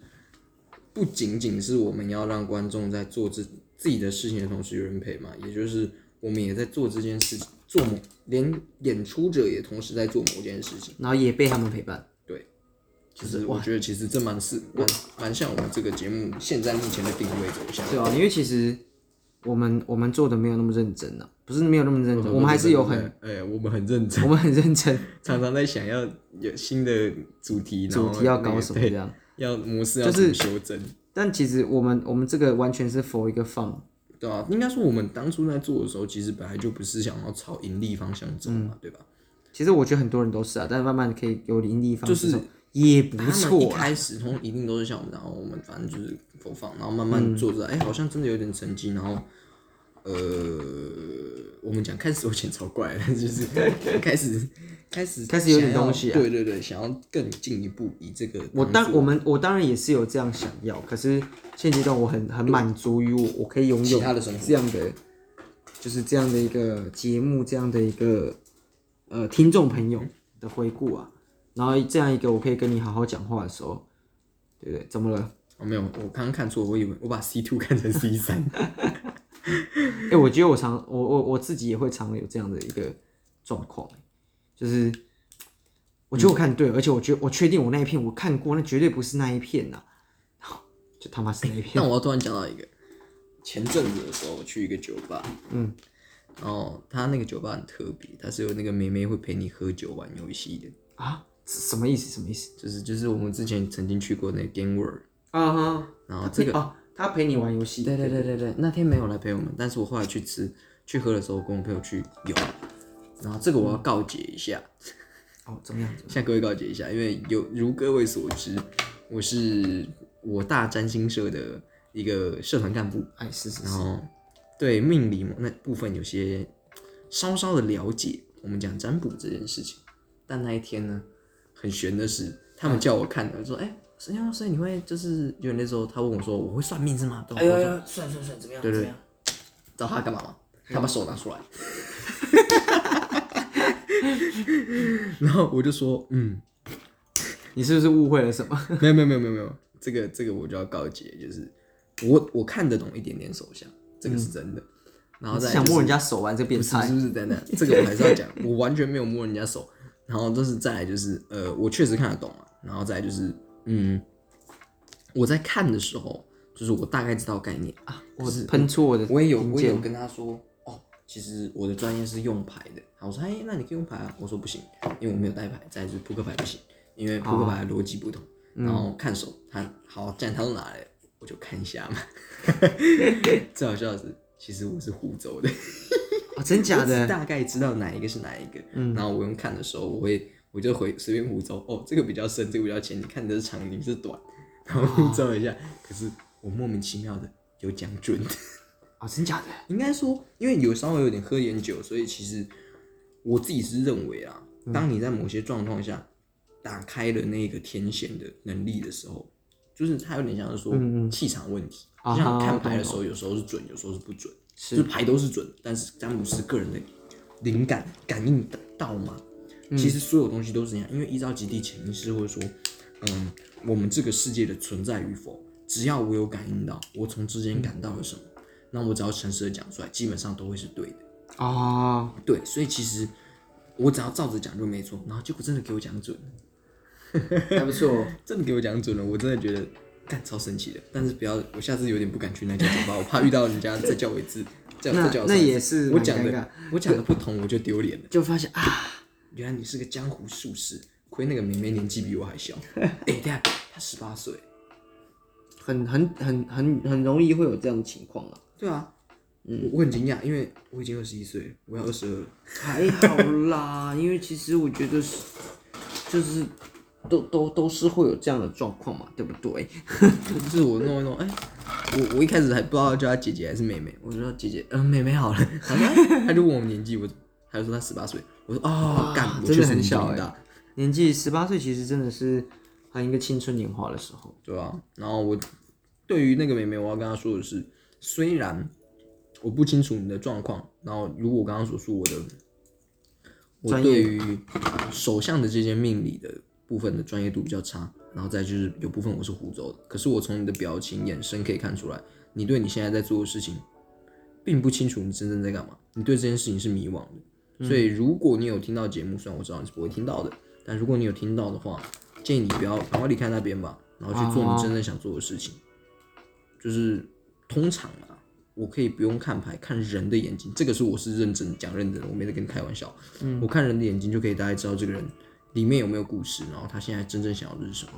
Speaker 2: 不仅仅是我们要让观众在做自自己的事情的同时有人陪嘛，也就是我们也在做这件事情，做某连演出者也同时在做某件事情。
Speaker 1: 然后也被他们陪伴。
Speaker 2: 对，其实我觉得其实这蛮是蛮蛮像我们这个节目现在目前的定位走向。
Speaker 1: 对啊，因为其实我们我们做的没有那么认真啊，不是没有那么认
Speaker 2: 哦
Speaker 1: 真，我们还是有很
Speaker 2: 哎、我们很认真，
Speaker 1: 我们很认真，
Speaker 2: 常常在想要有新的主题，然
Speaker 1: 主
Speaker 2: 后
Speaker 1: 题 [laughs] 要
Speaker 2: 那个
Speaker 1: 搞什么
Speaker 2: 对
Speaker 1: 这样。
Speaker 2: 要模式要怎么修正。
Speaker 1: 但其实我们我们这个完全是 for 一个放，
Speaker 2: 对啊，应该说我们当初在做的时候，其实本来就不是想要朝盈利方向走
Speaker 1: 嗯
Speaker 2: 嘛，对吧？
Speaker 1: 其实我觉得很多人都是啊，但慢慢地可以有盈利方
Speaker 2: 就
Speaker 1: 式
Speaker 2: 是
Speaker 1: 之后，也不
Speaker 2: 他们一
Speaker 1: 错啊。
Speaker 2: 开始通常一定都是像我们，然后我们反正就是播放，然后慢
Speaker 1: 嗯
Speaker 2: 慢做着，哎、好像真的有点成绩，然后呃，我们讲开始有点超怪了，就是 [laughs] 开始开始
Speaker 1: 开始有点
Speaker 2: 想要
Speaker 1: 东西啊
Speaker 2: 对对对，想要更进一步以这个
Speaker 1: 我
Speaker 2: 当
Speaker 1: 当我们我当然也是有这样想要，可是现阶段我很很满足于我我可以拥
Speaker 2: 其
Speaker 1: 有
Speaker 2: 他的生活
Speaker 1: 这样的，就是这样的一个节目，这样的一个呃听众朋友的回顾啊，然后这样一个我可以跟你好好讲话的时候，对不对？怎么了？
Speaker 2: 哦、没有，我刚刚看错，我以为我把 C two 看成 C 三，
Speaker 1: 哎、我觉得我常我我我自己也会常有这样的一个状况，欸就是我
Speaker 2: 嗯
Speaker 1: 觉得我看对了，而且我觉得我确定我那一片我看过，那绝对不是那一片呐、 [laughs] 就他妈是那一片。
Speaker 2: 但我要突然讲到一个，前阵子的时候，我去一个酒吧，
Speaker 1: 嗯，
Speaker 2: 然后他那个酒吧很特别，它是有那个妹妹会陪你喝酒玩游戏的，
Speaker 1: 啊，什么意思？什么意思？
Speaker 2: 就是就是我们之前曾经去过那个 Game World，
Speaker 1: 啊哈，
Speaker 2: 然后这个
Speaker 1: 哦，他陪你玩游戏，
Speaker 2: 对对对对对，那天没有来陪我们，但是我后来去吃去喝的时候，我跟我朋友去有，然后这个我要告诫一下，
Speaker 1: 哦，怎么样？怎么样
Speaker 2: 向各位告诫一下，因为有如各位所知，我是我大占星社的一个社团干部。
Speaker 1: 哎，是是
Speaker 2: 然
Speaker 1: 是，
Speaker 2: 后对命理那部分有些稍稍的了解。我们讲占卜这件事情，但那一天呢，很悬的是，他们叫我看的，说：“哎、沈先生，所以你会就是有那时候，他问我说，我会算命是吗？”对吧，我说，
Speaker 1: 哎算算算，怎么样？
Speaker 2: 对对怎么样？找他干嘛吗？他把手拿出来， [laughs] 然后我就说：“嗯，
Speaker 1: 你是不是误会了什么？
Speaker 2: 没有没有没有没有没有，这个这个我就要告诫，就是我我看得懂一点点手相，这个是真的。然后再来
Speaker 1: 想
Speaker 2: 就是
Speaker 1: 摸人家手玩这变
Speaker 2: 不是
Speaker 1: 态
Speaker 2: 不是等
Speaker 1: [laughs]
Speaker 2: 等，这个我还是要讲，我完全没有摸人家手。然后就是再来就是呃，我确实看得懂啊。然后再来就是嗯，我在看的时候，就是我大概知道概念啊。
Speaker 1: 啊！我喷出我的，
Speaker 2: 我也有我也有跟他说哦，其实我的专业是用牌的。好我说哎，那你可以用牌啊。我说不行，因为我没有带牌。再来就是扑克牌不行，因为扑克牌
Speaker 1: 哦
Speaker 2: 的逻辑不同。
Speaker 1: 嗯
Speaker 2: 然后看手，他好，既然他都拿来了，我就看一下嘛。 [laughs] 最好笑的是，其实我是湖州的。
Speaker 1: 哦，真假
Speaker 2: 我只
Speaker 1: 的？嗯
Speaker 2: 大概知道哪一个是哪一个。然后我用看的时候，我会我就回随便胡诌，哦，这个比较深，这个比较浅，你看的是长，你是
Speaker 1: 哦
Speaker 2: 短，然后胡诌一下。可是我莫名其妙的有讲准， [laughs]
Speaker 1: 哦，真假的？
Speaker 2: 应该说，因为有稍微有点喝点酒，所以其实我自己是认为啊，
Speaker 1: 嗯
Speaker 2: 当你在某些状况下打开了那个天线的能力的时候。就是它有点像是说
Speaker 1: 嗯
Speaker 2: 气场问题，
Speaker 1: 啊哈
Speaker 2: 就像你看牌的
Speaker 1: 懂
Speaker 2: 时候，有时候是准，有时候是不准。
Speaker 1: 是
Speaker 2: 就是牌都是准的，但是詹姆斯个人的灵感感应得到嘛，
Speaker 1: 嗯
Speaker 2: 其实所有东西都是一样，因为依照集体潜意识或者说，嗯，我们这个世界的存在与否，只要我有感应到，我从之间感到了什么，
Speaker 1: 嗯
Speaker 2: 那我只要诚实的讲出来，基本上都会是对的。
Speaker 1: 哦，
Speaker 2: 对，所以其实我只要照着讲就没错，然后结果真的给我讲准了，
Speaker 1: [laughs] 还不错。哦
Speaker 2: 真的给我讲准了，我真的觉得。干超神奇的，但是不要，我下次有点不敢去那家酒吧，我怕遇到人家再叫我一次，再
Speaker 1: 那
Speaker 2: 再叫我
Speaker 1: 那
Speaker 2: 三次
Speaker 1: 也是
Speaker 2: 我
Speaker 1: 蛮
Speaker 2: 讲
Speaker 1: 尴
Speaker 2: 的
Speaker 1: 尬，
Speaker 2: 我讲的不同，我就丢脸了。
Speaker 1: 就发现啊，
Speaker 2: 原来你是个江湖术士，亏那个妹妹年纪比我
Speaker 1: [laughs]
Speaker 2: 还小。哎、等一下，她十八岁。
Speaker 1: 很很很很很容易会有这样的情况啊。
Speaker 2: 对啊，嗯，我很惊讶，因为我已经二十一岁了，我要二十二了。
Speaker 1: 还好啦，因为其实我觉得是，就是都都都是会有这样的状况嘛，对不对？
Speaker 2: 就是我弄一弄，哎、我我一开始还不知道叫她姐姐还是妹妹，我说姐姐，嗯、妹妹好了。她说，哎她就问我年纪，我她就说她十八岁，我说哦，干、我
Speaker 1: 真的
Speaker 2: 确实
Speaker 1: 很
Speaker 2: 年纪
Speaker 1: 小
Speaker 2: 很
Speaker 1: 哎
Speaker 2: 大。
Speaker 1: 年纪十八岁其实真的是很一个青春年华的时候。
Speaker 2: 对啊，然后我对于那个妹妹，我要跟她说的是，虽然我不清楚你的状况，然后如果我刚刚所说我的，我
Speaker 1: 专业
Speaker 2: 对于首相的这些命理的部分的专业度比较差，然后再就是有部分我是湖州的，可是我从你的表情、眼神可以看出来，你对你现在在做的事情，并不清楚你真正在干嘛，你对这件事情是迷惘的。所以，如果你有听到节目，虽然我知道你是不会听到的，但如果你有听到的话，建议你不要赶快离开那边吧，然后去做你真正想做的事情。就是通常啊，我可以不用看牌，看人的眼睛，这个是我是认真讲认真的，我没在跟你开玩笑。我看人的眼睛就可以大概知道这个人里面有没有故事，然后他现在真正想要的是什么。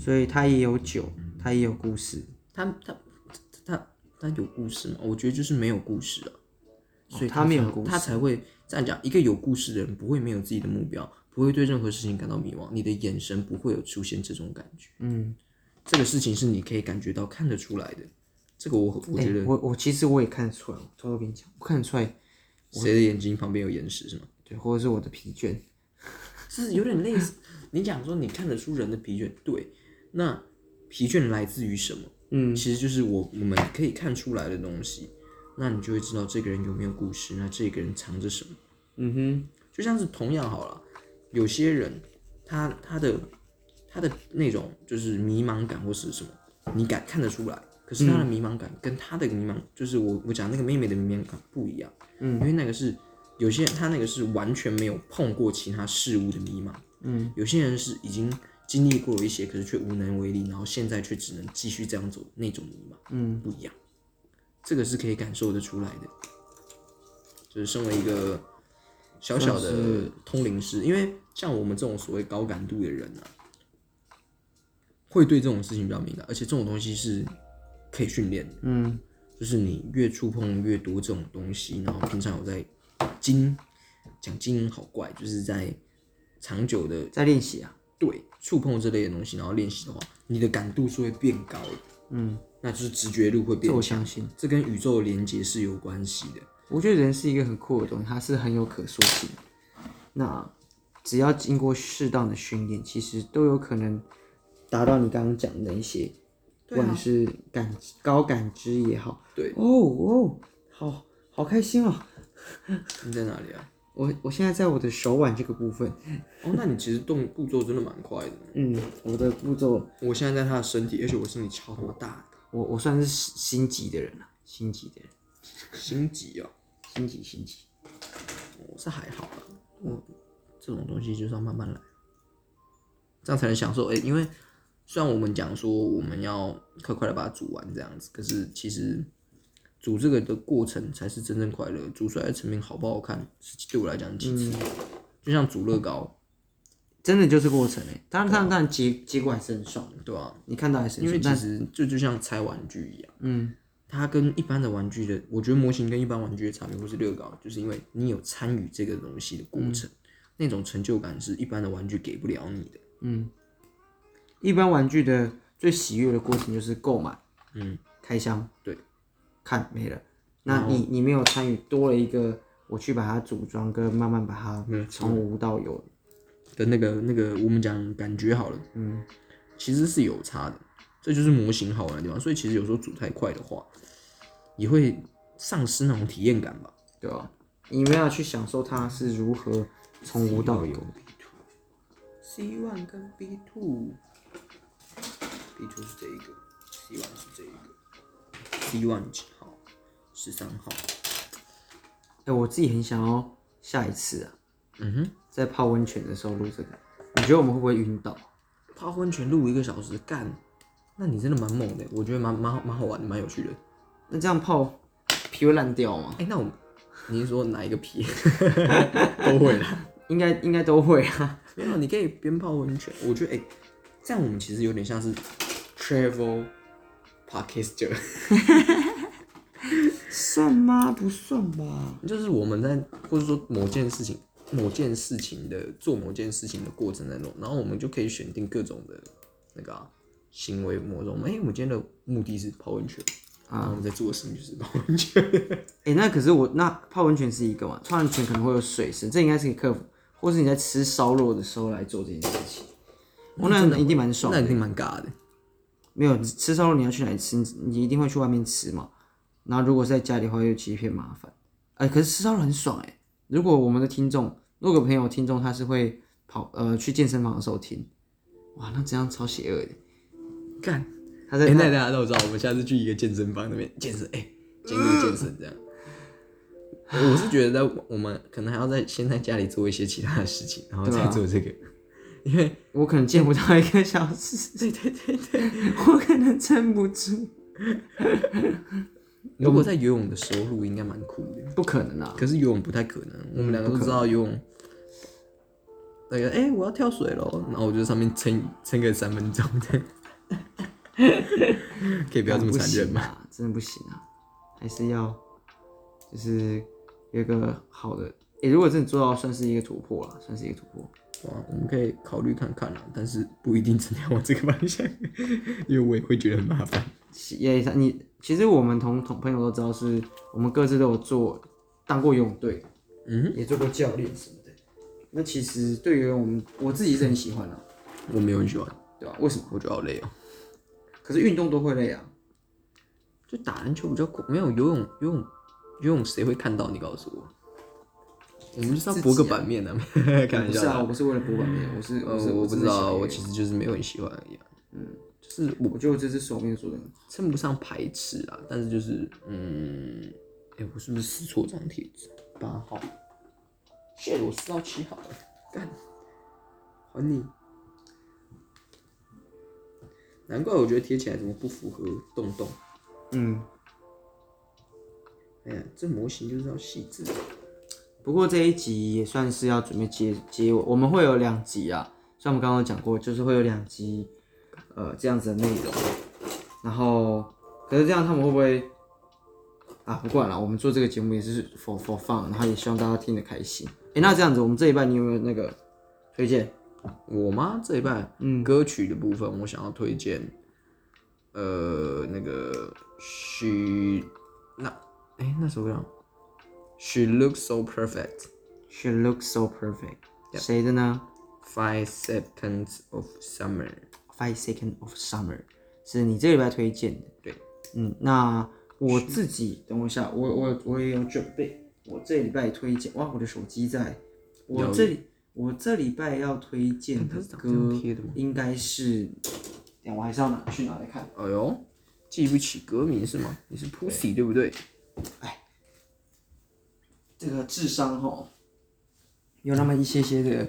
Speaker 1: 所以他也有酒，
Speaker 2: 嗯
Speaker 1: 他也有故事，
Speaker 2: 他他他他有故事吗？我觉得就是没有故事啊。所以
Speaker 1: 他没有故事哎
Speaker 2: 他才会这样讲。一个有故事的人不会没有自己的目标，不会对任何事情感到迷茫，你的眼神不会有出现这种感觉。
Speaker 1: 嗯，
Speaker 2: 这个事情是你可以感觉到、看得出来的。这个我我
Speaker 1: 哎、
Speaker 2: 觉得
Speaker 1: 我我其实我也看得出来，我偷偷跟你讲，我看得出来，
Speaker 2: 谁的眼睛旁边有眼屎是吗？
Speaker 1: 对，或者是我的疲倦，
Speaker 2: 是有点类似。你讲说你看得出人的疲倦，对，那疲倦来自于什么？
Speaker 1: 嗯，
Speaker 2: 其实就是我我们可以看出来的东西，那你就会知道这个人有没有故事，那这个人藏着什么。
Speaker 1: 嗯哼，
Speaker 2: 就像是同样好了，有些人他他的他的那种就是迷茫感或是什么，你感看得出来，可是他的迷茫感跟他的迷茫，就是我我讲那个妹妹的迷茫感不一样，嗯，因为那个是有些人他那个是完全没有碰过其他事物的迷茫，嗯，有些人是已经经历过了一些，可是却无能为力，然后现在却只能继续这样走那种迷茫，嗯，不一样，这个是可以感受得出来的，就是身为一个。小小
Speaker 1: 算
Speaker 2: 的
Speaker 1: 是
Speaker 2: 通灵师，因为像我们这种所谓高感度的人啊，会对这种事情比较敏感，而且这种东西是可以训练的，
Speaker 1: 嗯，
Speaker 2: 就是你越触碰越多这种东西，然后平常有在经讲经营好怪，就是在长久的
Speaker 1: 在练习啊，
Speaker 2: 对触碰这类的东西，然后练习的话，你的感度是会变高的，嗯，那就是直觉度会
Speaker 1: 这
Speaker 2: 变
Speaker 1: 我
Speaker 2: 强，
Speaker 1: 相信。
Speaker 2: 这跟宇宙的连接是有关系的。
Speaker 1: 我觉得人是一个很酷的东西，它是很有可塑性的。那只要经过适当的训练，其实都有可能达到你刚刚讲的一些，不管是感高感知也好。
Speaker 2: 对
Speaker 1: 哦哦，好好开心哦！
Speaker 2: 你在哪里啊？
Speaker 1: 我我现在在我的手腕这个部分，
Speaker 2: 哦，那你其实动步骤真的蛮快的。
Speaker 1: 嗯，我的步骤，
Speaker 2: 我现在在他的身体，而且我身体超他妈大的，
Speaker 1: 我我算是心急的人了、心急的人，
Speaker 2: 心急哦。
Speaker 1: 心急心急。
Speaker 2: 我是还好啦，啊我这种东西就是要慢慢来，这样才能享受。哎、因为虽然我们讲说我们要快快的把它煮完这样子，可是其实煮这个的过程才是真正快乐。煮出来的成品好不好看，是对我来讲其次。就像煮乐高，
Speaker 1: 真的就是过程哎、当然，当然，当然结结果还是很爽的。
Speaker 2: 对啊，
Speaker 1: 你看到还是很
Speaker 2: 因为
Speaker 1: 爽，
Speaker 2: 其
Speaker 1: 但
Speaker 2: 实就就像拆玩具一样，
Speaker 1: 嗯，
Speaker 2: 它跟一般的玩具的，我觉得模型跟一般玩具的差别，或是乐高，就是因为你有参与这个东西的过程，那种成就感是一般的玩具给不了你的。
Speaker 1: 一般玩具的最喜悦的过程就是购买，嗯，开箱，
Speaker 2: 对，
Speaker 1: 看没了。那
Speaker 2: 哦
Speaker 1: 你你没有参与，多了一个我去把它组装，跟慢慢把它从无到有。
Speaker 2: 的那个那个，我们讲感觉好了，嗯，其实是有差的，这就是模型好玩的地方。所以其实有时候煮太快的话，也会丧失那种体验感吧。
Speaker 1: 对啊，你没有去享受它是如何从无到有。
Speaker 2: C one 跟 B two，B two 是这一个，C one 是这一个，C one 几号？十三号。
Speaker 1: 哎、我自己很想要下一次啊，
Speaker 2: 嗯哼，
Speaker 1: 在泡温泉的时候录这个，你觉得我们会不会晕倒？
Speaker 2: 泡温泉录一个小时，干，那你真的蛮猛的，我觉得蛮蛮好蛮好玩的，蛮有趣的。
Speaker 1: 那这样泡皮会烂掉吗？
Speaker 2: 哎、那我们，你是说哪一个皮？ [laughs] 都会啦。
Speaker 1: 应该应该都会啊。
Speaker 2: 没有，你可以边泡温泉。我觉得，哎、这样我们其实有点像是 travel podcaster，
Speaker 1: 算吗？不算吧。
Speaker 2: [laughs] 就是我们在或者说某件事情、某件事情的做某件事情的过程当中，然后我们就可以选定各种的那个啊、行为模式。我们哎、我们今天的目的是泡温泉，然后我们在做的事情就是泡温泉。
Speaker 1: 哎、那可是我那泡温泉是一个嘛，泡温泉可能会有水声，这应该是可以克服，或是你在吃烧肉的时候来做这件事情，哦，那一定蛮爽
Speaker 2: 那一
Speaker 1: 的。
Speaker 2: 定蛮尬的。
Speaker 1: 没有吃烧肉，你要去哪里吃？你你一定会去外面吃嘛。然后如果是在家里的话，又其实偏麻烦。哎、可是吃烧肉很爽哎、如果我们的听众，如果有朋友听众他是会跑呃去健身房的时候听，哇，那这样超邪恶的。
Speaker 2: 干，
Speaker 1: 他在、
Speaker 2: [laughs] 哎，那大家都知道，我们下次去一个健身房那边健身，哎、监督健身这样。我是觉得在我们可能还要在先在家里做一些其他的事情，然后再做这个。
Speaker 1: 我可能见不到一个小时，对对对对， [laughs] 我可能撑不住，
Speaker 2: 如果在游泳的时候录，应该蛮酷的。
Speaker 1: 不可能啊！
Speaker 2: 可是游泳不太嗯可能，我们两个都知道游泳。那个，哎、我要跳水喽，然后我就在上面撑撑个三分钟这样 [laughs] 可以啊不要这么残忍吗？
Speaker 1: 嘛，啊真的不行啊，还是要就是有一个好的。诶、如果真的做到，算是一个突破了，算是一个突破。
Speaker 2: 哇，我们可以考虑看看啦，但是不一定真的要往这个方向，因为我也会觉得很麻烦。
Speaker 1: 其也你其实我们同同朋友都知道是，我们各自都有做当过游泳队，
Speaker 2: 嗯，
Speaker 1: 也做过教练什么的。那其实对于游泳我们我自己是很喜欢的、啊
Speaker 2: 我没有很喜欢，
Speaker 1: 对吧、为什么？
Speaker 2: 我觉得好累哦。
Speaker 1: 可是运动都会累啊，
Speaker 2: 就打篮球比较苦，没有游泳，游泳，游泳谁会看到你？告诉我，我们就是要博个版 [laughs] 面的、啊，开玩
Speaker 1: 不
Speaker 2: 笑
Speaker 1: 是
Speaker 2: 的。
Speaker 1: 啊，我不是为了博版面，我是
Speaker 2: 呃
Speaker 1: 我是、，
Speaker 2: 我不知道，我
Speaker 1: 我
Speaker 2: 其实就是没有很喜欢而已、啊。嗯，就是我
Speaker 1: 我觉得我这只手没有做的
Speaker 2: 称不上排斥啊，但是就是嗯，哎、我是不是撕错张贴纸？八号，shit，我撕到七号了，干，还你！难怪我觉得贴起来怎么不符合洞洞。
Speaker 1: 嗯，
Speaker 2: 哎呀，这模型就是要细致。
Speaker 1: 不过这一集也算是要准备接接尾，我们会有两集啊，像我们刚刚有讲过，就是会有两集，呃，这样子的内容。然后，可是这样他们会不会啊？不管了，我们做这个节目也是否否放，然后也希望大家听得开心。诶，那这样子，我们这一半你有没有那个推荐？
Speaker 2: 我吗？这一半，嗯，歌曲的部分，我想要推荐，呃，那个许那，哎、那首歌叫《She Looks So Perfect》。
Speaker 1: She looks so perfect，、谁的呢
Speaker 2: Five Seconds of Summer。
Speaker 1: ？Five Second of Summer 是你这个礼拜推荐的。
Speaker 2: 对，
Speaker 1: 嗯，那我自己等我一下，我我我也有准备，我这礼拜推荐哇，我的手机在，我这里我这礼拜要推荐的
Speaker 2: 它是长这
Speaker 1: 歌
Speaker 2: 样贴的吗
Speaker 1: 应该是，等一下我还是要拿去拿来看，
Speaker 2: 哎呦，记不起歌名是吗？你是 Pussy 对不对？
Speaker 1: 这个智商哈，有那么一些些的，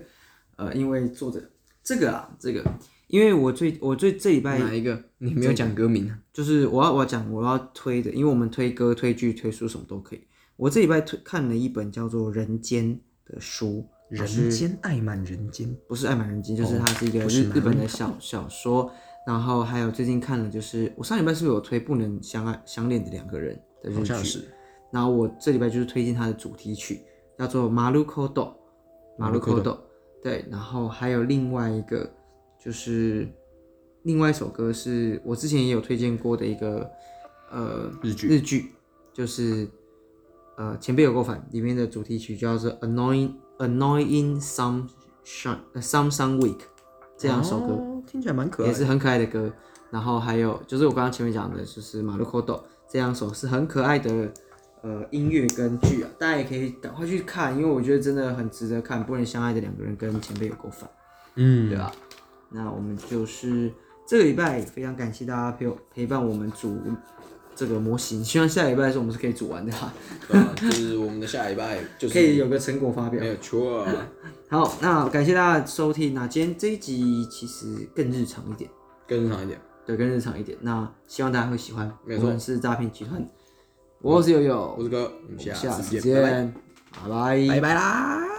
Speaker 1: 呃，因为作者这个啊，这个，因为我最我最这礼拜
Speaker 2: 哪一个？你没有讲歌名啊？
Speaker 1: 就是我要我要讲我要推的，因为我们推歌、推剧、推书什么都可以。我这礼拜推看了一本叫做《人间》的书，它是
Speaker 2: 间爱满人间。
Speaker 1: 不是爱满人间，就是它是一个
Speaker 2: 哦不
Speaker 1: 日
Speaker 2: 是
Speaker 1: 日本
Speaker 2: [laughs]
Speaker 1: 的小小说。然后还有最近看了，就是我上礼拜是不是有推《不能相爱相恋的两个人》的日
Speaker 2: 好像
Speaker 1: 剧？
Speaker 2: 是
Speaker 1: 然后我这礼拜就是推荐它的主题曲，叫做《马路口斗》，马路口斗。对，然后还有另外一个就是另外一首歌是我之前也有推荐过的一个呃
Speaker 2: 嗯日剧。
Speaker 1: 日剧，就是呃前辈有够烦里面的主题曲叫做《Annoying Annoying Some Sun Some Sun Week》这两首歌。
Speaker 2: 哦听起来蛮可爱
Speaker 1: 也
Speaker 2: 的。
Speaker 1: 是很可爱的歌。然后还有就是我刚刚前面讲的，就是《马路口斗》这两首是很可爱的呃音乐跟剧啊，大家也可以赶快去看，因为我觉得真的很值得看。不能相爱的两个人跟前辈有够烦，
Speaker 2: 嗯，
Speaker 1: 对吧、那我们就是这个礼拜非常感谢大家陪我陪伴我们组这个模型，希望下礼拜的时候我们是可以组完的、啊，
Speaker 2: 对啊就是我们的下礼拜就
Speaker 1: 可以
Speaker 2: 是
Speaker 1: 有个成果发表
Speaker 2: 没。有错 [laughs] 啊，
Speaker 1: 好，那感谢大家的收听。那今天这一集其实更日常一点。
Speaker 2: 更长一点。
Speaker 1: 对，更日常一点。那希望大家会喜欢。
Speaker 2: 没
Speaker 1: 我
Speaker 2: 错
Speaker 1: 们是诈骗集团，我是悠悠，
Speaker 2: 我是哥，我们
Speaker 1: 我们
Speaker 2: 下
Speaker 1: 下
Speaker 2: 次
Speaker 1: 次
Speaker 2: 见，拜
Speaker 1: 见，拜拜
Speaker 2: 拜，拜拜啦。